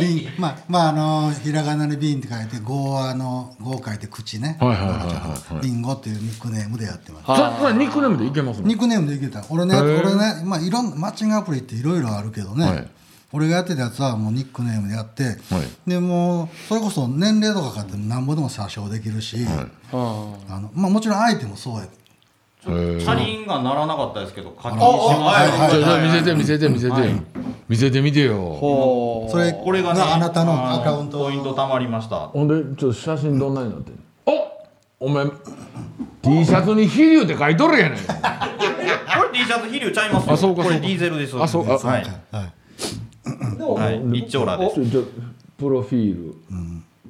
[SPEAKER 4] 瓶まあまああのひらがなで瓶って書いてゴーあのゴー書いて口ね。
[SPEAKER 3] はいはいはいはいはい
[SPEAKER 4] リンゴっていうニックネームでやってます。
[SPEAKER 3] そそれニックネームでいけますの
[SPEAKER 4] ニックネームでいけた。俺ね
[SPEAKER 3] へー
[SPEAKER 4] 俺ねまあいろんなマッチングアプリっていろいろあるけどね。
[SPEAKER 3] はい
[SPEAKER 4] 俺がやってたやつはもうニックネームでやって、でもうそれこそ年齢とかかってなんぼでも詐称できるし、あのまあ、もちろん相手もそうや
[SPEAKER 1] ちょっと車輪がならなかったですけど課金し
[SPEAKER 2] ああ
[SPEAKER 1] ま
[SPEAKER 2] はい
[SPEAKER 3] ちょちょ見せて見せて見せて、見せてみてよ
[SPEAKER 2] ほ
[SPEAKER 4] それ
[SPEAKER 1] すこれがね
[SPEAKER 4] あなたのアカウント
[SPEAKER 1] ポイント貯まりました
[SPEAKER 3] ほんでちょっと写真どんなになってんのおお前 T シャツに「飛龍」って書いとるやないか
[SPEAKER 1] これ T シャツ飛龍ちゃいますよ
[SPEAKER 3] あそうか
[SPEAKER 1] これ
[SPEAKER 3] そうか
[SPEAKER 1] ディーゼルです
[SPEAKER 3] あそうあ
[SPEAKER 1] はい
[SPEAKER 4] はい、
[SPEAKER 1] はい一丁羅です
[SPEAKER 3] ちょちょプロフィール、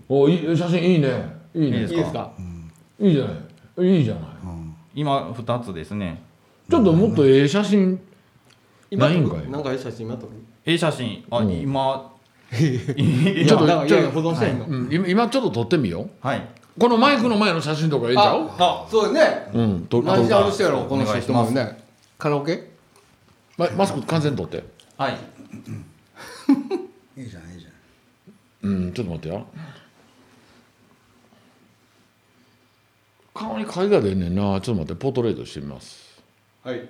[SPEAKER 3] おいい写真いいねいいね
[SPEAKER 1] いいですか
[SPEAKER 3] いいじゃないいいじゃない、
[SPEAKER 1] 今二つですね
[SPEAKER 3] ちょっともっとええ写真
[SPEAKER 2] 今
[SPEAKER 3] ないん
[SPEAKER 2] 撮
[SPEAKER 3] かい
[SPEAKER 2] るなんかええ写真今撮る
[SPEAKER 1] ええ写真あ
[SPEAKER 3] うん
[SPEAKER 1] 今
[SPEAKER 2] い
[SPEAKER 3] ちょっと
[SPEAKER 2] なんかいやいや
[SPEAKER 3] ち
[SPEAKER 2] 保
[SPEAKER 3] ょ
[SPEAKER 2] 存したいの、
[SPEAKER 3] うん今今ちょっと撮ってみよう
[SPEAKER 1] はい
[SPEAKER 3] このマイクの前の写真とかええんちゃう
[SPEAKER 2] ああそうだね
[SPEAKER 3] うん撮
[SPEAKER 2] マジで
[SPEAKER 3] 撮
[SPEAKER 2] あの人やろこの人も
[SPEAKER 1] お
[SPEAKER 2] ねカラオケ
[SPEAKER 3] まマスク完全に撮って
[SPEAKER 1] はい
[SPEAKER 4] いいじゃんいいじゃん
[SPEAKER 3] うんちょっと待ってよ顔に影が出んねんなちょっと待ってポートレートしてみます
[SPEAKER 2] はい
[SPEAKER 3] ポ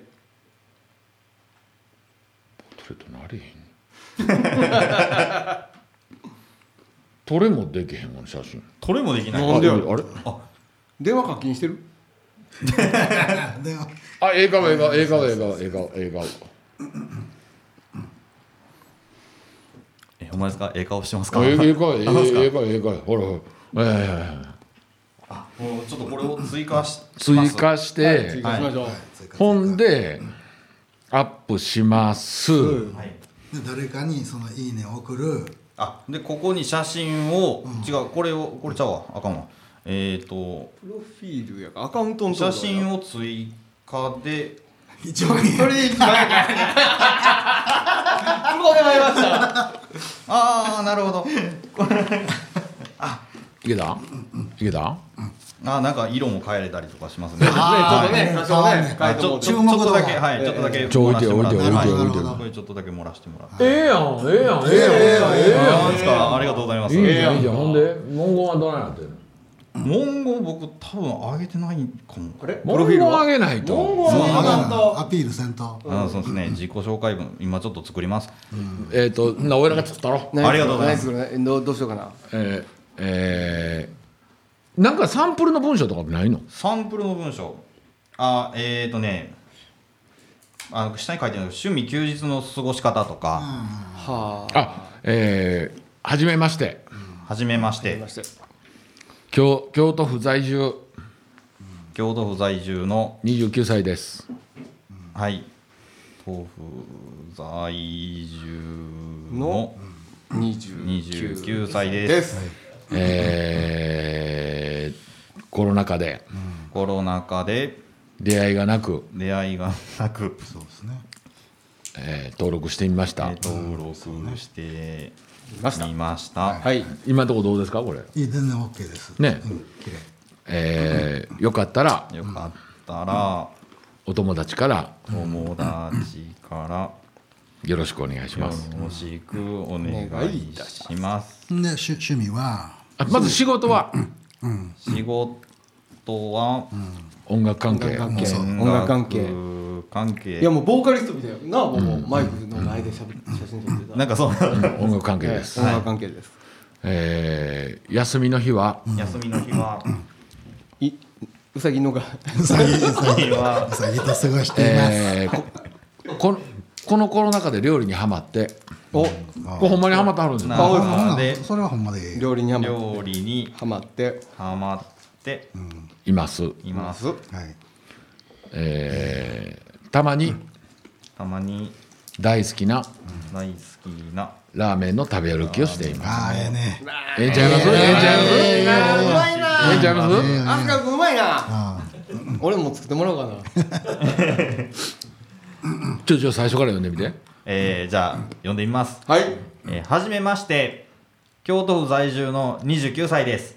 [SPEAKER 3] ートレートなれへん 撮れもできへんの写真
[SPEAKER 1] これもできない
[SPEAKER 2] なんでや
[SPEAKER 3] ああれ
[SPEAKER 2] 電話課金してる
[SPEAKER 4] でも
[SPEAKER 3] あええ顔ええ顔ええ顔ええ顔ええ顔ええ顔
[SPEAKER 1] えお前ですかええ顔してますか
[SPEAKER 3] あええ
[SPEAKER 1] も
[SPEAKER 3] え
[SPEAKER 1] う
[SPEAKER 3] え顔ええええ顔ええ顔ほらほらええ
[SPEAKER 1] ちょっとこれを追加し
[SPEAKER 3] 追
[SPEAKER 1] ます
[SPEAKER 3] 加して、
[SPEAKER 2] 追加しましょう、
[SPEAKER 3] ほんでアップします、
[SPEAKER 1] はい
[SPEAKER 4] で誰かにその「いいね」を送る
[SPEAKER 1] あでここに写真を、違うこれをこれちゃうわあかんわえっ、と
[SPEAKER 2] プロフィールやからアカウントの
[SPEAKER 1] 写真
[SPEAKER 2] を
[SPEAKER 1] を追加で
[SPEAKER 4] 一番いい
[SPEAKER 2] それ一番やからここで参りました
[SPEAKER 1] ああなるほど
[SPEAKER 3] いけたいけた
[SPEAKER 1] あーなんか色も変えれたりとかしますね
[SPEAKER 4] あー
[SPEAKER 2] ねちょっとね多少ね
[SPEAKER 4] あー
[SPEAKER 1] あちょ
[SPEAKER 2] ち
[SPEAKER 1] ち
[SPEAKER 2] ょ
[SPEAKER 1] ょ
[SPEAKER 4] 注目
[SPEAKER 1] ちょっ
[SPEAKER 4] 度
[SPEAKER 1] と
[SPEAKER 4] が
[SPEAKER 1] だけはい、
[SPEAKER 2] ええ
[SPEAKER 1] ちょっとだけ
[SPEAKER 3] ちょ置いてよ
[SPEAKER 1] 漏らしてもらって
[SPEAKER 4] 置いてよ置いてよ置いてよ
[SPEAKER 1] これちょっとだけ漏らしてもらって
[SPEAKER 3] ええやんええやんえ
[SPEAKER 1] あ
[SPEAKER 3] えやんええやん
[SPEAKER 1] ーですかありがとうございます、
[SPEAKER 3] いいじゃんいいじゃんほんで文言はどうなってるの
[SPEAKER 1] 文言僕多分上げてないかも
[SPEAKER 2] あれプロ
[SPEAKER 3] 文
[SPEAKER 2] フィ
[SPEAKER 3] 言
[SPEAKER 2] ール
[SPEAKER 3] を
[SPEAKER 2] は
[SPEAKER 3] 上げない
[SPEAKER 2] 文
[SPEAKER 3] と
[SPEAKER 2] 言
[SPEAKER 4] あ
[SPEAKER 2] は
[SPEAKER 4] な
[SPEAKER 2] なんん
[SPEAKER 4] か
[SPEAKER 2] と
[SPEAKER 4] アピールせんと
[SPEAKER 1] あーそうですね自己紹介文今ちょっと作ります
[SPEAKER 3] えっ、とな俺らが作ったろ
[SPEAKER 1] ありがとうございます
[SPEAKER 2] 何作るねどうどうしようかな
[SPEAKER 3] えー、えー、なんかサンプルの文章とかってないの
[SPEAKER 1] サンプルの文章あえっ、ー、とねあの下に書いてある趣味休日の過ごし方とか、
[SPEAKER 2] はあ
[SPEAKER 3] あえー、はじめまして
[SPEAKER 1] はじめまして
[SPEAKER 2] まして
[SPEAKER 3] 京京都府在住
[SPEAKER 1] 京都府在住の
[SPEAKER 3] 29歳です
[SPEAKER 1] はい豆腐在住の
[SPEAKER 2] 二十
[SPEAKER 1] 29歳です
[SPEAKER 2] す
[SPEAKER 3] えー、コロナ禍で
[SPEAKER 1] コロナ禍で
[SPEAKER 3] 出会いがなく、
[SPEAKER 1] 出会いがなく
[SPEAKER 4] そうですね
[SPEAKER 3] えー、登録してみました、
[SPEAKER 1] えー登録して
[SPEAKER 2] いました
[SPEAKER 1] みました
[SPEAKER 2] はい
[SPEAKER 3] 今のところどうですかこれ
[SPEAKER 4] いい全然 OK です
[SPEAKER 3] ね
[SPEAKER 4] うん綺麗
[SPEAKER 3] えー、よかったら
[SPEAKER 1] よかったら
[SPEAKER 3] お友達から
[SPEAKER 1] 友達から
[SPEAKER 3] よろしくお願いし
[SPEAKER 1] よ
[SPEAKER 3] ます、
[SPEAKER 1] ろしくお願いします
[SPEAKER 4] で趣趣味は
[SPEAKER 3] あまず仕事は
[SPEAKER 1] 仕事は
[SPEAKER 3] 音楽関係
[SPEAKER 2] 関係
[SPEAKER 1] 音
[SPEAKER 2] 音
[SPEAKER 1] 楽
[SPEAKER 2] 楽関
[SPEAKER 1] 関
[SPEAKER 2] 係
[SPEAKER 1] 係
[SPEAKER 2] いやもうボーカリストみたいななあもうもうマイクの前でしゃべ写真撮ってた
[SPEAKER 1] なんかそう
[SPEAKER 3] 音楽関係
[SPEAKER 2] ええ
[SPEAKER 3] です、
[SPEAKER 2] 音楽関係です
[SPEAKER 3] えー、休みの日は
[SPEAKER 1] 休みの日は
[SPEAKER 2] いうさぎのが
[SPEAKER 4] うさぎうさ
[SPEAKER 1] 日は
[SPEAKER 4] ぎうさぎと過ごしています、
[SPEAKER 3] えー、ここのこのコロナ禍で料理にはまって
[SPEAKER 2] お
[SPEAKER 3] これほんまにはまってはるんです
[SPEAKER 1] な
[SPEAKER 3] か
[SPEAKER 1] ー
[SPEAKER 4] ほんまなん
[SPEAKER 1] で
[SPEAKER 4] それはほんまでいい
[SPEAKER 2] 料理にはま
[SPEAKER 1] 料理に
[SPEAKER 2] はまって
[SPEAKER 1] ハマって
[SPEAKER 3] います、
[SPEAKER 1] います
[SPEAKER 4] はい
[SPEAKER 3] えー、たまに
[SPEAKER 1] たまに
[SPEAKER 3] 大好きな
[SPEAKER 1] 大好きな
[SPEAKER 3] ラーメンの食べ歩きをしています
[SPEAKER 4] ああええね
[SPEAKER 3] ええんちゃいますええんちゃいますえ
[SPEAKER 2] うまいな
[SPEAKER 3] えんちゃいます
[SPEAKER 2] 飛鳥君うまいな俺も作ってもらおうかな
[SPEAKER 3] ちょちょ最初から読んでみて
[SPEAKER 1] えーじゃあ呼んでみます
[SPEAKER 2] はい
[SPEAKER 1] えーはじめまして京都府在住の29歳です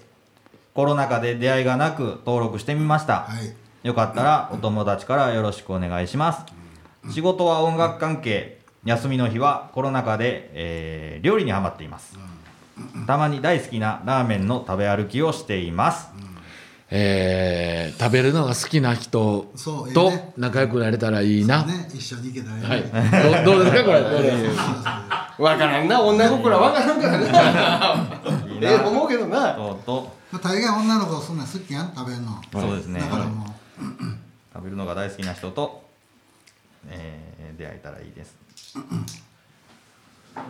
[SPEAKER 1] コロナ禍で出会いがなく登録してみました、
[SPEAKER 4] はい
[SPEAKER 1] えよかったらお友達からよろしくお願いします仕事は音楽関係休みの日はコロナ禍で、えー料理にハマっていますたまに大好きなラーメンの食べ歩きをしています
[SPEAKER 3] えー食べるのが好きな人
[SPEAKER 4] そう
[SPEAKER 3] と
[SPEAKER 4] いいね
[SPEAKER 3] 仲良くなれたらいいな。
[SPEAKER 4] ね、一緒に行けたらいいね
[SPEAKER 3] はい。どどうですかこれ。どうですか
[SPEAKER 2] わからんな女心はわからんからな
[SPEAKER 1] いいな
[SPEAKER 2] ええ思うけどな
[SPEAKER 1] とうと
[SPEAKER 4] まあ大概女の子そんなん好きやん食べんの
[SPEAKER 1] うそうですね、
[SPEAKER 4] だからもう
[SPEAKER 1] 食べるのが大好きな人と、えー出会えたらいいです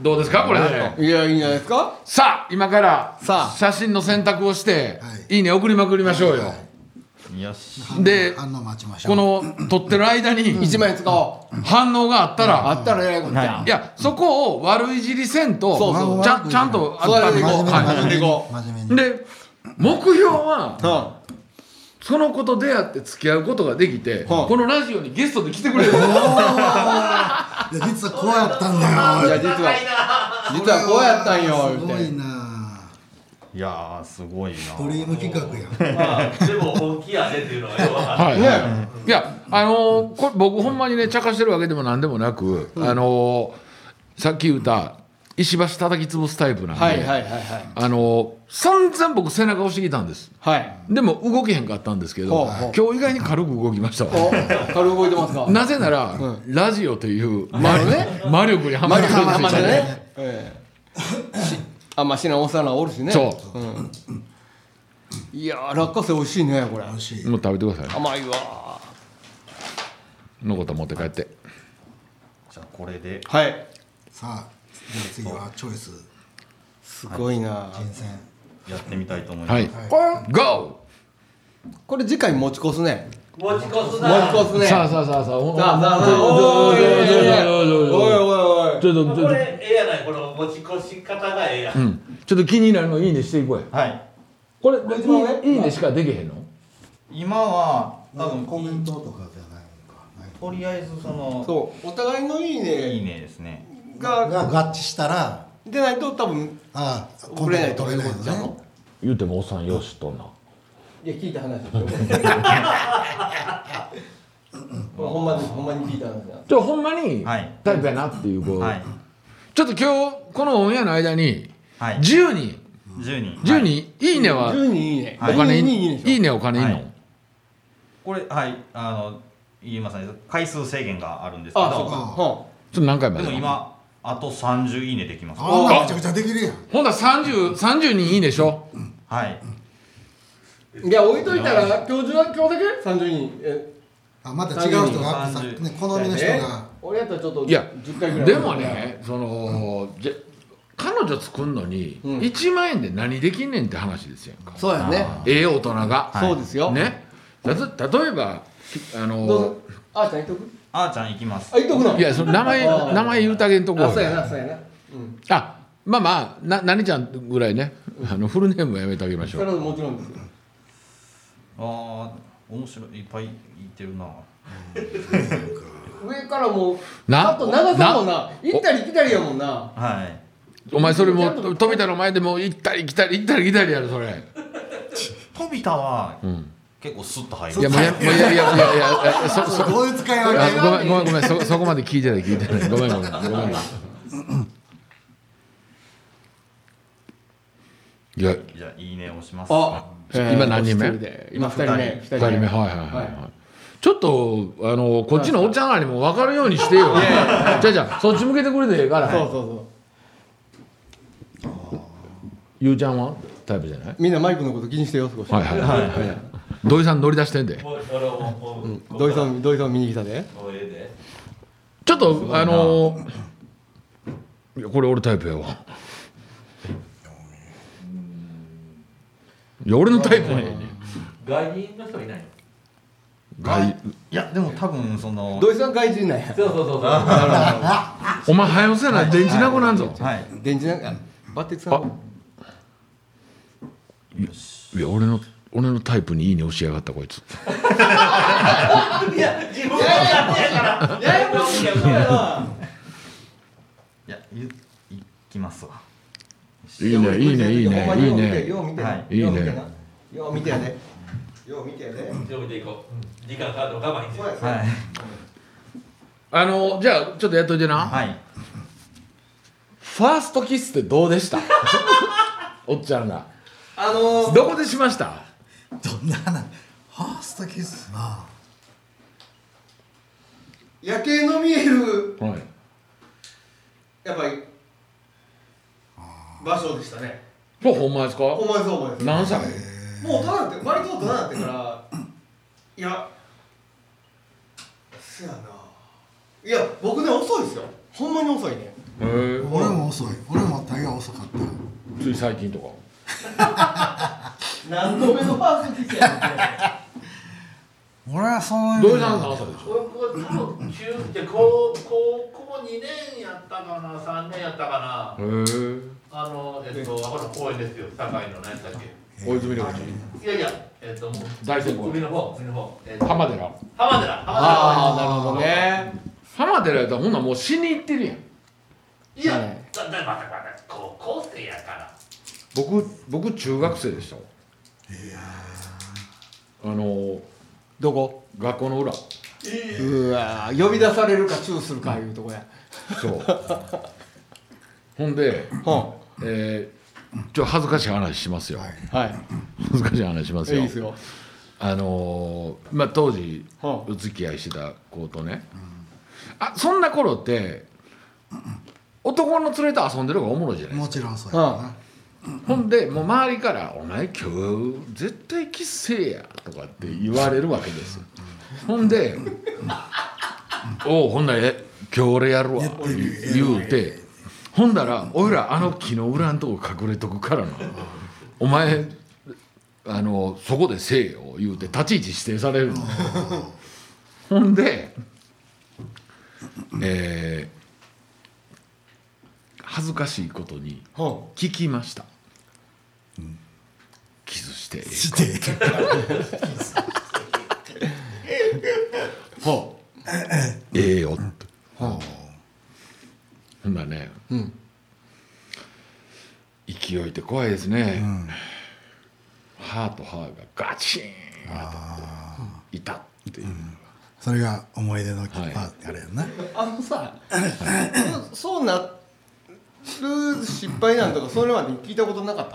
[SPEAKER 3] どうですかこれで。
[SPEAKER 2] いやいいんじゃないですか
[SPEAKER 3] さあ今から
[SPEAKER 2] さあ
[SPEAKER 3] 写真の選択をして、、
[SPEAKER 4] はい
[SPEAKER 3] いね送りまくりましょうよ。
[SPEAKER 1] よし
[SPEAKER 4] 反応
[SPEAKER 3] で
[SPEAKER 4] 反応待ちましょう
[SPEAKER 3] この撮ってる間に
[SPEAKER 2] 一枚使おう
[SPEAKER 3] 反応があったら、
[SPEAKER 2] あったらえらいことじゃん
[SPEAKER 3] いやそこを悪いじりせんと
[SPEAKER 2] そう
[SPEAKER 4] そう
[SPEAKER 3] ちゃんちゃんと
[SPEAKER 2] そうや
[SPEAKER 3] あ
[SPEAKER 2] っていこう
[SPEAKER 3] は
[SPEAKER 2] 真面目に行こう
[SPEAKER 4] 真面目
[SPEAKER 3] い
[SPEAKER 4] に
[SPEAKER 3] で目標は
[SPEAKER 2] うん
[SPEAKER 3] その子と出会って付き合うことができて、
[SPEAKER 2] はあ
[SPEAKER 3] このラジオにゲストで来てくれる
[SPEAKER 4] いや実はこうやったんだよ
[SPEAKER 2] いや実は実はこうやったんよ
[SPEAKER 4] す
[SPEAKER 2] み
[SPEAKER 4] ご
[SPEAKER 2] たい
[SPEAKER 4] い
[SPEAKER 2] な
[SPEAKER 4] ない
[SPEAKER 1] やーすごいな
[SPEAKER 4] ドリーム企画 やん
[SPEAKER 5] まあでも本気やでっていうのがよくわかる
[SPEAKER 3] はい、
[SPEAKER 2] ね
[SPEAKER 3] いやあのーこれ僕ほんまにね茶化してるわけでも何でもなく、あのーさっき言った石橋叩き潰すタイプなんで、
[SPEAKER 2] はいはいはいはい
[SPEAKER 3] あのー散々僕背中押してきたんです
[SPEAKER 2] はい
[SPEAKER 3] でも動けへんかったんですけど
[SPEAKER 2] ほうほう
[SPEAKER 3] 今日以外に軽く動きました
[SPEAKER 2] お
[SPEAKER 3] わ
[SPEAKER 2] 軽く動いてますか
[SPEAKER 3] なぜなら、
[SPEAKER 2] う
[SPEAKER 3] ラジオという
[SPEAKER 2] なるほどね
[SPEAKER 3] 魔力にハマ
[SPEAKER 2] マ
[SPEAKER 3] っ
[SPEAKER 2] ジ
[SPEAKER 3] て
[SPEAKER 2] ハマっ
[SPEAKER 3] るんですよ
[SPEAKER 2] てねええしあんましなおさなおるしね、
[SPEAKER 3] そう
[SPEAKER 2] ん、いやー落花生美味しいねこれ
[SPEAKER 4] 美味しい
[SPEAKER 3] もう食べてくださ
[SPEAKER 2] 甘いわ
[SPEAKER 3] い残った持って帰って
[SPEAKER 1] じゃあこれで
[SPEAKER 2] ーはい
[SPEAKER 4] さあじゃあ次はチョイス
[SPEAKER 2] すごいな、
[SPEAKER 4] 厳選
[SPEAKER 1] やってみたいと思います、
[SPEAKER 3] はい、GO!
[SPEAKER 2] これ次回持ち越すね
[SPEAKER 5] 持ち越す
[SPEAKER 2] 持
[SPEAKER 5] な
[SPEAKER 2] ち越すね
[SPEAKER 3] さ
[SPEAKER 2] さ
[SPEAKER 3] あさ
[SPEAKER 2] あ
[SPEAKER 3] あさあさあおお
[SPEAKER 2] さあさあおーいおいおいおいおい
[SPEAKER 3] ちょっとちょ
[SPEAKER 5] こ
[SPEAKER 3] っと
[SPEAKER 5] れええやないこの持ち越し方がええやん
[SPEAKER 3] うんちょっと気になるのいいねしていこうや
[SPEAKER 1] はい、
[SPEAKER 3] これ別にいいねしかできへんの
[SPEAKER 1] 今は多分
[SPEAKER 4] コメントとかじゃないのかない
[SPEAKER 1] とりあえずその
[SPEAKER 2] そうお互いのい
[SPEAKER 1] い
[SPEAKER 2] い
[SPEAKER 1] い
[SPEAKER 2] ね
[SPEAKER 1] ねですね
[SPEAKER 2] が
[SPEAKER 4] が合致したら
[SPEAKER 2] 出ないと多分
[SPEAKER 4] ああ
[SPEAKER 2] 送れないとかいう
[SPEAKER 4] コ
[SPEAKER 2] こ
[SPEAKER 4] ン
[SPEAKER 2] とちゃう
[SPEAKER 4] タクト取れないの
[SPEAKER 2] の
[SPEAKER 4] ね
[SPEAKER 3] 言うてもおっさんよしとない
[SPEAKER 2] や聞いた話でしょこれほんまにほんまに聞いた話だ
[SPEAKER 3] じゃあほんまに
[SPEAKER 1] はい
[SPEAKER 3] タイプやなっていう子、
[SPEAKER 1] はい
[SPEAKER 3] ちょっと今日このオンエアの間に
[SPEAKER 1] はい
[SPEAKER 3] 10人
[SPEAKER 1] 10人
[SPEAKER 3] 10
[SPEAKER 1] はい
[SPEAKER 3] 人いいねは
[SPEAKER 2] 10人いいね
[SPEAKER 3] お金い
[SPEAKER 2] 10
[SPEAKER 3] い
[SPEAKER 2] 人
[SPEAKER 3] い
[SPEAKER 2] いいねでしょ
[SPEAKER 3] いねお金いいの、
[SPEAKER 1] はいこれはいあの言いますね回数制限があるんですけ
[SPEAKER 2] あそう
[SPEAKER 1] ど
[SPEAKER 2] かうん
[SPEAKER 3] ちょっと何回ま
[SPEAKER 1] で
[SPEAKER 3] で
[SPEAKER 1] も今あと30いいねできます
[SPEAKER 4] あんなめちゃくちゃできるやん
[SPEAKER 3] ほんだら30 30人いいでしょ
[SPEAKER 1] はい
[SPEAKER 2] いや置いといたら今日中は今日だけ三十人え
[SPEAKER 4] あまた違う人があって
[SPEAKER 1] 30
[SPEAKER 4] さ、ね、好みの人が
[SPEAKER 2] 俺やったらちょっと
[SPEAKER 3] いや
[SPEAKER 2] 十回ぐらい
[SPEAKER 3] でもねその、じゃ彼女作るのに
[SPEAKER 2] うん
[SPEAKER 3] 1万円で何できんねんって話ですやんか、
[SPEAKER 2] そうやね
[SPEAKER 3] ええ大人が、
[SPEAKER 2] そうですよ
[SPEAKER 3] ねたと例えばきあ
[SPEAKER 2] どう
[SPEAKER 3] の
[SPEAKER 2] ぞあーちゃんいっとく
[SPEAKER 1] あーちゃん行きます
[SPEAKER 2] あいっとくの
[SPEAKER 3] いやその名前
[SPEAKER 2] あー
[SPEAKER 3] 名前言うたげんとこ
[SPEAKER 2] あそうやなそうやなうん
[SPEAKER 3] あまあまあな何ちゃんぐらいねあのフルネームはやめてあげまし
[SPEAKER 2] そ
[SPEAKER 3] ょ
[SPEAKER 2] れ
[SPEAKER 3] う
[SPEAKER 2] はもちろんですよ
[SPEAKER 1] あー面白いいっぱいいてるな
[SPEAKER 2] 上からもう
[SPEAKER 3] な
[SPEAKER 2] あと長さもな
[SPEAKER 3] な
[SPEAKER 2] 行ったり来たりやもんな
[SPEAKER 1] はい
[SPEAKER 3] お前それもう富田の前でもう行ったり来たり行ったり来たりやろそれ
[SPEAKER 1] 飛田は
[SPEAKER 3] うん
[SPEAKER 1] 結構スッと入
[SPEAKER 3] いや
[SPEAKER 1] る
[SPEAKER 3] もうやもういやいやいやいやいやそそ
[SPEAKER 4] どういう使い分け
[SPEAKER 3] あごめんごめんごめんそそこまで聞いてない聞いてないごめんごめんごめんごめんいや
[SPEAKER 1] じゃあいいね押します
[SPEAKER 2] あ
[SPEAKER 3] えー今何人目
[SPEAKER 2] お一で今二人
[SPEAKER 1] 二
[SPEAKER 2] 目二
[SPEAKER 3] 二人目はいはいはい、はい、ちょっとあのこっちのおっちゃんらにも分かるようにしてよじゃあじゃあそっち向けてくれてええから
[SPEAKER 2] そうそうそう
[SPEAKER 3] ゆうちゃんはタイプじゃない
[SPEAKER 2] みんなマイクのこと気にしてよ少し
[SPEAKER 3] はいはいはい土井さん乗り出してんで
[SPEAKER 5] もう俺はもうもう
[SPEAKER 2] 土井さん土井さん見に来たで
[SPEAKER 5] もうええで
[SPEAKER 3] ちょっとあのいやこれ俺タイプやわいや俺のタイプやねん
[SPEAKER 5] 外人の人いないの
[SPEAKER 3] 外
[SPEAKER 1] いやでも多分その
[SPEAKER 2] 土井さん外人なんや
[SPEAKER 5] そうそうそうそう
[SPEAKER 3] お前早よせな電池なくなんぞ
[SPEAKER 1] はい
[SPEAKER 2] 電池なんかバッテリー使う
[SPEAKER 3] あいや俺の俺のタイプにいいね押しやがったこいつ
[SPEAKER 5] いや自分が勝手やからややこしいやんこれはい
[SPEAKER 1] やいいきますわ
[SPEAKER 3] いいねいいねいいねいいね
[SPEAKER 2] よう見て
[SPEAKER 1] はい
[SPEAKER 2] よう見て
[SPEAKER 3] いいね
[SPEAKER 2] よう見てやでよう見てね。
[SPEAKER 5] 強めていこう。時間かかるの我慢して。
[SPEAKER 2] はい
[SPEAKER 1] はい
[SPEAKER 3] あのじゃあちょっとやっといてな、
[SPEAKER 1] はい
[SPEAKER 3] ファーストキスってどうでした おっちゃんが
[SPEAKER 2] あのー、
[SPEAKER 3] どこでしました
[SPEAKER 4] どんな話ファーストキスな
[SPEAKER 2] 夜景の見える
[SPEAKER 3] はい
[SPEAKER 2] やっぱり場所でしたね。
[SPEAKER 3] これほんまですか
[SPEAKER 2] お前そうお前です。
[SPEAKER 3] 何歳
[SPEAKER 2] もう大人になって割と大人になってからいやせやないや僕ね遅いですよほんまに遅いね
[SPEAKER 3] へえ
[SPEAKER 4] 俺も遅い俺も大概遅かった
[SPEAKER 3] つい最近とか
[SPEAKER 2] 何度目のファーストキスやねん
[SPEAKER 4] 俺はそう
[SPEAKER 3] 土
[SPEAKER 4] いう
[SPEAKER 3] 井さん何歳でしょ
[SPEAKER 5] 俺これ多分中って高高校二年やったかな三年やったか
[SPEAKER 3] へえ
[SPEAKER 5] なあのえっとあこの公園ですよ堺の何やったっけ
[SPEAKER 3] 大泉緑地
[SPEAKER 5] いやいやえっともう
[SPEAKER 3] 大成功
[SPEAKER 5] 海の方海の方えっと浜
[SPEAKER 3] 浜寺
[SPEAKER 5] 浜寺浜寺
[SPEAKER 2] ーなるほどね
[SPEAKER 3] 浜寺やったらほんならもう死に行ってるやん
[SPEAKER 5] いやだだまたまた高校生やから
[SPEAKER 3] 僕僕中学生でしたわあの
[SPEAKER 2] どこ
[SPEAKER 3] 学校の裏そう
[SPEAKER 2] わ呼び出されるかチューするかいうとこや
[SPEAKER 3] うほんで
[SPEAKER 2] ほ
[SPEAKER 3] えー、ちょ恥ずかしい話しますよ、
[SPEAKER 2] んはい
[SPEAKER 3] 恥ずかしい話します
[SPEAKER 2] い
[SPEAKER 3] よ
[SPEAKER 2] いですよ
[SPEAKER 3] あのーまあ当時
[SPEAKER 2] はあ
[SPEAKER 3] お付き合いしてた子とね、あそんな頃って男の連れと遊んでる方がおもろいじゃないですか、
[SPEAKER 4] もちろんそうやな
[SPEAKER 3] ほんでもう周りから「お前今日絶対キスせえや」とかって言われるわけですほん で「おおほんならえ今日俺やるわ」って言うてほんだらおいらあの木の裏のとこ隠れとくからなお前あのそこでせえよ言うて立ち位置指定され るのほんでえー恥ずかしいことに
[SPEAKER 2] ほ
[SPEAKER 3] 聞きました、キスしてええ
[SPEAKER 4] して
[SPEAKER 2] うほ
[SPEAKER 3] ええよってほんだね、勢いって怖いですね、歯と歯がガチン当たっていたっていう、
[SPEAKER 4] それが思い出のキ
[SPEAKER 3] はい
[SPEAKER 4] ッパーあれやな
[SPEAKER 2] うあのさそそうなる失敗なんとかそれまで聞いたことなかっ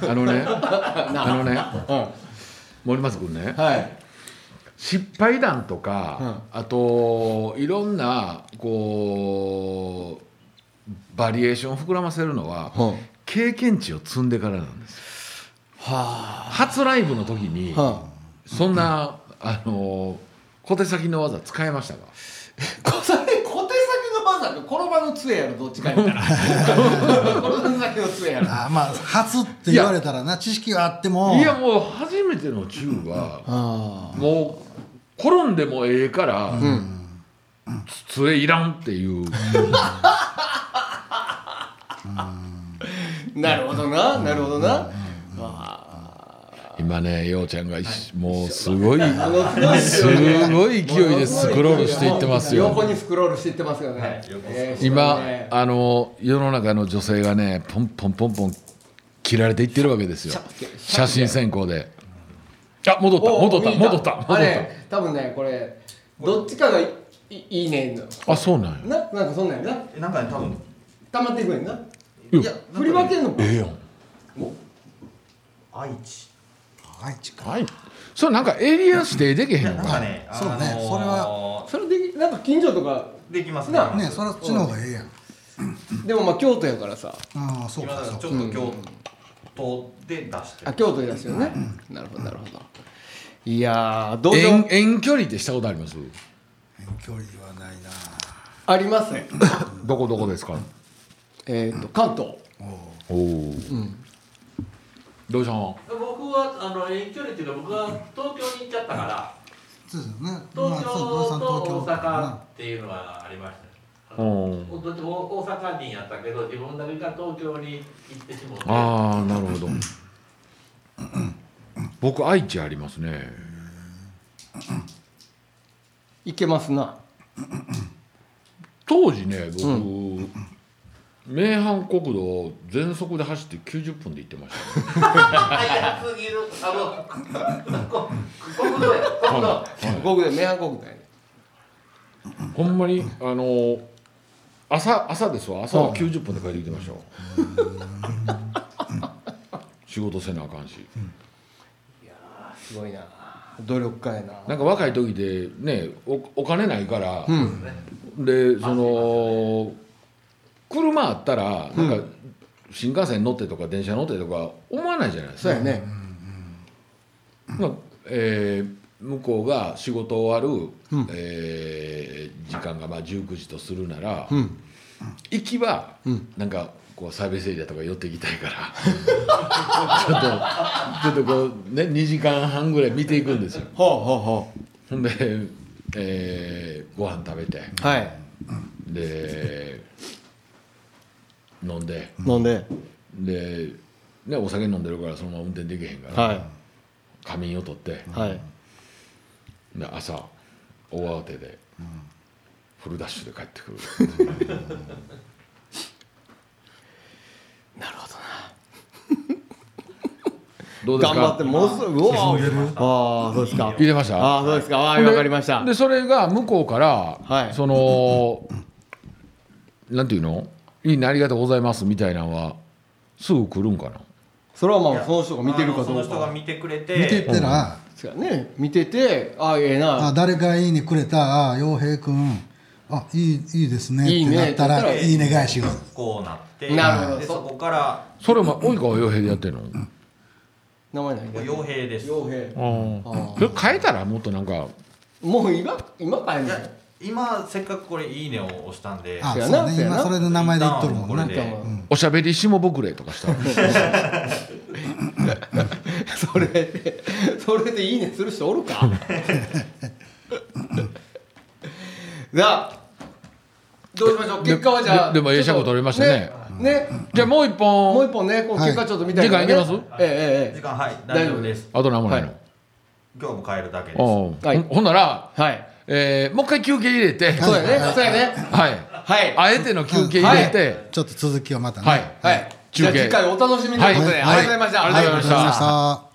[SPEAKER 2] た
[SPEAKER 3] あのねあのね
[SPEAKER 2] う
[SPEAKER 3] 森松君ね
[SPEAKER 2] んはい
[SPEAKER 3] 失敗談とか、あといろんなこうバリエーションを膨らませるのは、
[SPEAKER 2] うん
[SPEAKER 3] 経験値を積んでからなんです
[SPEAKER 2] は
[SPEAKER 3] 初ライブの時に、
[SPEAKER 2] は
[SPEAKER 3] そんな、あの小手先の技使えましたか
[SPEAKER 2] こそれ小手先の技か転ばの杖やろどっちか言ったら転ばの先の杖やろ
[SPEAKER 4] あーまあ初って言われたらな知識があっても
[SPEAKER 3] いやもう初めてのチューは、
[SPEAKER 2] あ
[SPEAKER 3] もう転んでもええから、つ杖いらんっていう
[SPEAKER 2] あなるほどななるほどなあ
[SPEAKER 3] 今ねようちゃんがいし、もうすごい
[SPEAKER 2] あの
[SPEAKER 3] すごい勢いでスクロールしていってますよ
[SPEAKER 2] 横にスクロールしていってますよね、えー
[SPEAKER 3] 今
[SPEAKER 2] そうね
[SPEAKER 3] あの世の中の女性がねポンポンポンポン切られていってるわけですよ写真選考であ戻った戻った
[SPEAKER 2] お
[SPEAKER 3] 戻った戻
[SPEAKER 2] あ
[SPEAKER 3] っ
[SPEAKER 2] れ多分ねこれどっちかがいいいいねんの
[SPEAKER 3] たあそうなんや
[SPEAKER 2] ななんかそんなんやな
[SPEAKER 1] えなんかね多分
[SPEAKER 2] 溜まっていくねんな
[SPEAKER 3] うん
[SPEAKER 2] いや振り分けんのか
[SPEAKER 3] ええやん
[SPEAKER 1] 愛知
[SPEAKER 4] 愛知か
[SPEAKER 3] はいそれなんかエリア指定できへん
[SPEAKER 1] な
[SPEAKER 3] の
[SPEAKER 1] ん
[SPEAKER 3] か
[SPEAKER 1] かね
[SPEAKER 4] そうね
[SPEAKER 1] あのー
[SPEAKER 4] それは
[SPEAKER 2] それできなんか近所とか
[SPEAKER 1] できます
[SPEAKER 2] な
[SPEAKER 4] ねそれはっちの方がええやん
[SPEAKER 2] でもまあ京都やからさ
[SPEAKER 4] ああそう
[SPEAKER 1] 今
[SPEAKER 4] か
[SPEAKER 1] だから
[SPEAKER 4] そう
[SPEAKER 1] ち
[SPEAKER 4] か
[SPEAKER 1] ょっと京都で出して
[SPEAKER 2] あ
[SPEAKER 1] る
[SPEAKER 2] 京都ですよね、なるほどなるほどいやー道
[SPEAKER 3] 遠
[SPEAKER 2] 場
[SPEAKER 3] 遠距離ってしたことあります
[SPEAKER 4] 遠距離はないな
[SPEAKER 2] ありますね
[SPEAKER 3] どこどこですか
[SPEAKER 2] えっと関東
[SPEAKER 3] おおどうしたん
[SPEAKER 5] 僕はあの遠距離っていうか僕は東京に行っちゃったから
[SPEAKER 4] そうですよねま
[SPEAKER 5] 東
[SPEAKER 4] あ
[SPEAKER 5] 京
[SPEAKER 4] そう
[SPEAKER 5] と
[SPEAKER 4] 土井
[SPEAKER 5] 大
[SPEAKER 4] さん東京か
[SPEAKER 5] 阪
[SPEAKER 4] な
[SPEAKER 5] っていうのはありましたねあの
[SPEAKER 3] うん
[SPEAKER 5] おどっちも大阪人やったけど自分だけが東京に行ってしまって
[SPEAKER 3] ああなるほど僕愛知ありますね
[SPEAKER 2] 行けますな
[SPEAKER 3] 当時ね僕、名阪国道を全速で走って90分で行ってましたね、
[SPEAKER 5] 早すぎるあのこ国道や国道
[SPEAKER 2] 国で名阪国道やね
[SPEAKER 3] ほんまにあの朝朝ですわ朝は90分で帰ってきてましたよ 仕事せなあかんし
[SPEAKER 2] すごいな努力家やな
[SPEAKER 3] なんか若い時でねおお金ないから、でその車あったらなんか新幹線乗ってとか電車乗ってとか思わないじゃないです
[SPEAKER 2] そう
[SPEAKER 3] か
[SPEAKER 2] やね
[SPEAKER 3] まあえー向こうが仕事終わる、えー時間がまあ19時とするなら、行きはなんかこうサービスエリアとか寄っていきたいから ちょっとちょっとこうね2時間半ぐらい見ていくんですよ。
[SPEAKER 2] ほうほうほ
[SPEAKER 3] ほんで、えーご飯食べて
[SPEAKER 2] うはい
[SPEAKER 3] で飲んで
[SPEAKER 2] 飲んで
[SPEAKER 3] で、ね、お酒飲んでるからそのまま運転できへんから、
[SPEAKER 2] は
[SPEAKER 3] 仮眠を取って。
[SPEAKER 2] いはい
[SPEAKER 3] で朝大慌てで、フルダッシュで帰ってくる
[SPEAKER 2] なるほ
[SPEAKER 3] ど
[SPEAKER 2] ど
[SPEAKER 3] うです
[SPEAKER 2] 頑
[SPEAKER 3] か
[SPEAKER 2] 張ってもうすぐうわああそうですか
[SPEAKER 3] 入れました
[SPEAKER 2] ああそうですかわあ
[SPEAKER 3] ほんで
[SPEAKER 2] わかりました
[SPEAKER 3] でそれが向こうから、
[SPEAKER 2] はい
[SPEAKER 3] そのなんていうのいいねありがとうございますみたいなのはすぐ来るんかな
[SPEAKER 2] それはまあその人が見てるか
[SPEAKER 1] そ
[SPEAKER 2] ど
[SPEAKER 1] の
[SPEAKER 2] う
[SPEAKER 1] 人が
[SPEAKER 2] か
[SPEAKER 1] 見てくれ
[SPEAKER 4] 見て
[SPEAKER 1] て
[SPEAKER 4] ったら、
[SPEAKER 2] そうやね見ててああええ
[SPEAKER 4] あ
[SPEAKER 2] な
[SPEAKER 4] 誰かいいねくれた、あ洋平君、あいいいいですね
[SPEAKER 2] いい
[SPEAKER 4] っ
[SPEAKER 2] ね
[SPEAKER 4] てなった
[SPEAKER 2] だった
[SPEAKER 4] ら、
[SPEAKER 2] ら
[SPEAKER 4] いいね返しが。
[SPEAKER 1] こうなって
[SPEAKER 2] なるほど
[SPEAKER 1] でそこから
[SPEAKER 3] それお前及川洋平でやってるの、
[SPEAKER 2] 名前
[SPEAKER 1] 「
[SPEAKER 2] 何
[SPEAKER 1] 傭兵です」
[SPEAKER 2] 傭兵
[SPEAKER 3] あそれ変えたらもっとなんか
[SPEAKER 2] もう今今帰ん
[SPEAKER 1] い
[SPEAKER 2] の
[SPEAKER 1] や今せっかくこれ「いいね」を押したんで
[SPEAKER 4] あ、
[SPEAKER 2] せや
[SPEAKER 4] そう
[SPEAKER 2] な
[SPEAKER 4] ね、
[SPEAKER 2] せやな
[SPEAKER 4] 今それで名前で言っとるもん
[SPEAKER 1] これ
[SPEAKER 4] ね。
[SPEAKER 1] で
[SPEAKER 3] おしゃべりしもぼくれとかしたら
[SPEAKER 2] それでそれでいいねする人おる かなあどうしましょう結果はじゃあ
[SPEAKER 3] ででもええ
[SPEAKER 2] ちょっと
[SPEAKER 3] 尺取れましたね
[SPEAKER 2] ね
[SPEAKER 3] じゃあもう一本
[SPEAKER 2] もう一本ねこう
[SPEAKER 4] はい
[SPEAKER 2] 結果ちょっと見たいからね
[SPEAKER 3] 時間いけます
[SPEAKER 2] ええ
[SPEAKER 1] 時
[SPEAKER 2] えええ
[SPEAKER 1] 間はい大丈夫です
[SPEAKER 3] あと何もないの、
[SPEAKER 2] はい
[SPEAKER 1] 今日も帰るだけです
[SPEAKER 3] おう
[SPEAKER 2] はい
[SPEAKER 3] ほんほんなら、
[SPEAKER 2] えはい
[SPEAKER 3] えーもう一回休憩入れて
[SPEAKER 2] そうやねそうやね
[SPEAKER 3] はい
[SPEAKER 2] はい
[SPEAKER 3] あえての休憩入れて、
[SPEAKER 4] ちょっと続きをまたね。
[SPEAKER 3] はい
[SPEAKER 2] はい。じゃ
[SPEAKER 3] 中
[SPEAKER 2] あ
[SPEAKER 3] 継
[SPEAKER 2] 次回お楽しみということで、
[SPEAKER 3] はい
[SPEAKER 2] ありがとうございました。
[SPEAKER 3] はいありがとうございました
[SPEAKER 4] ありがとうございました。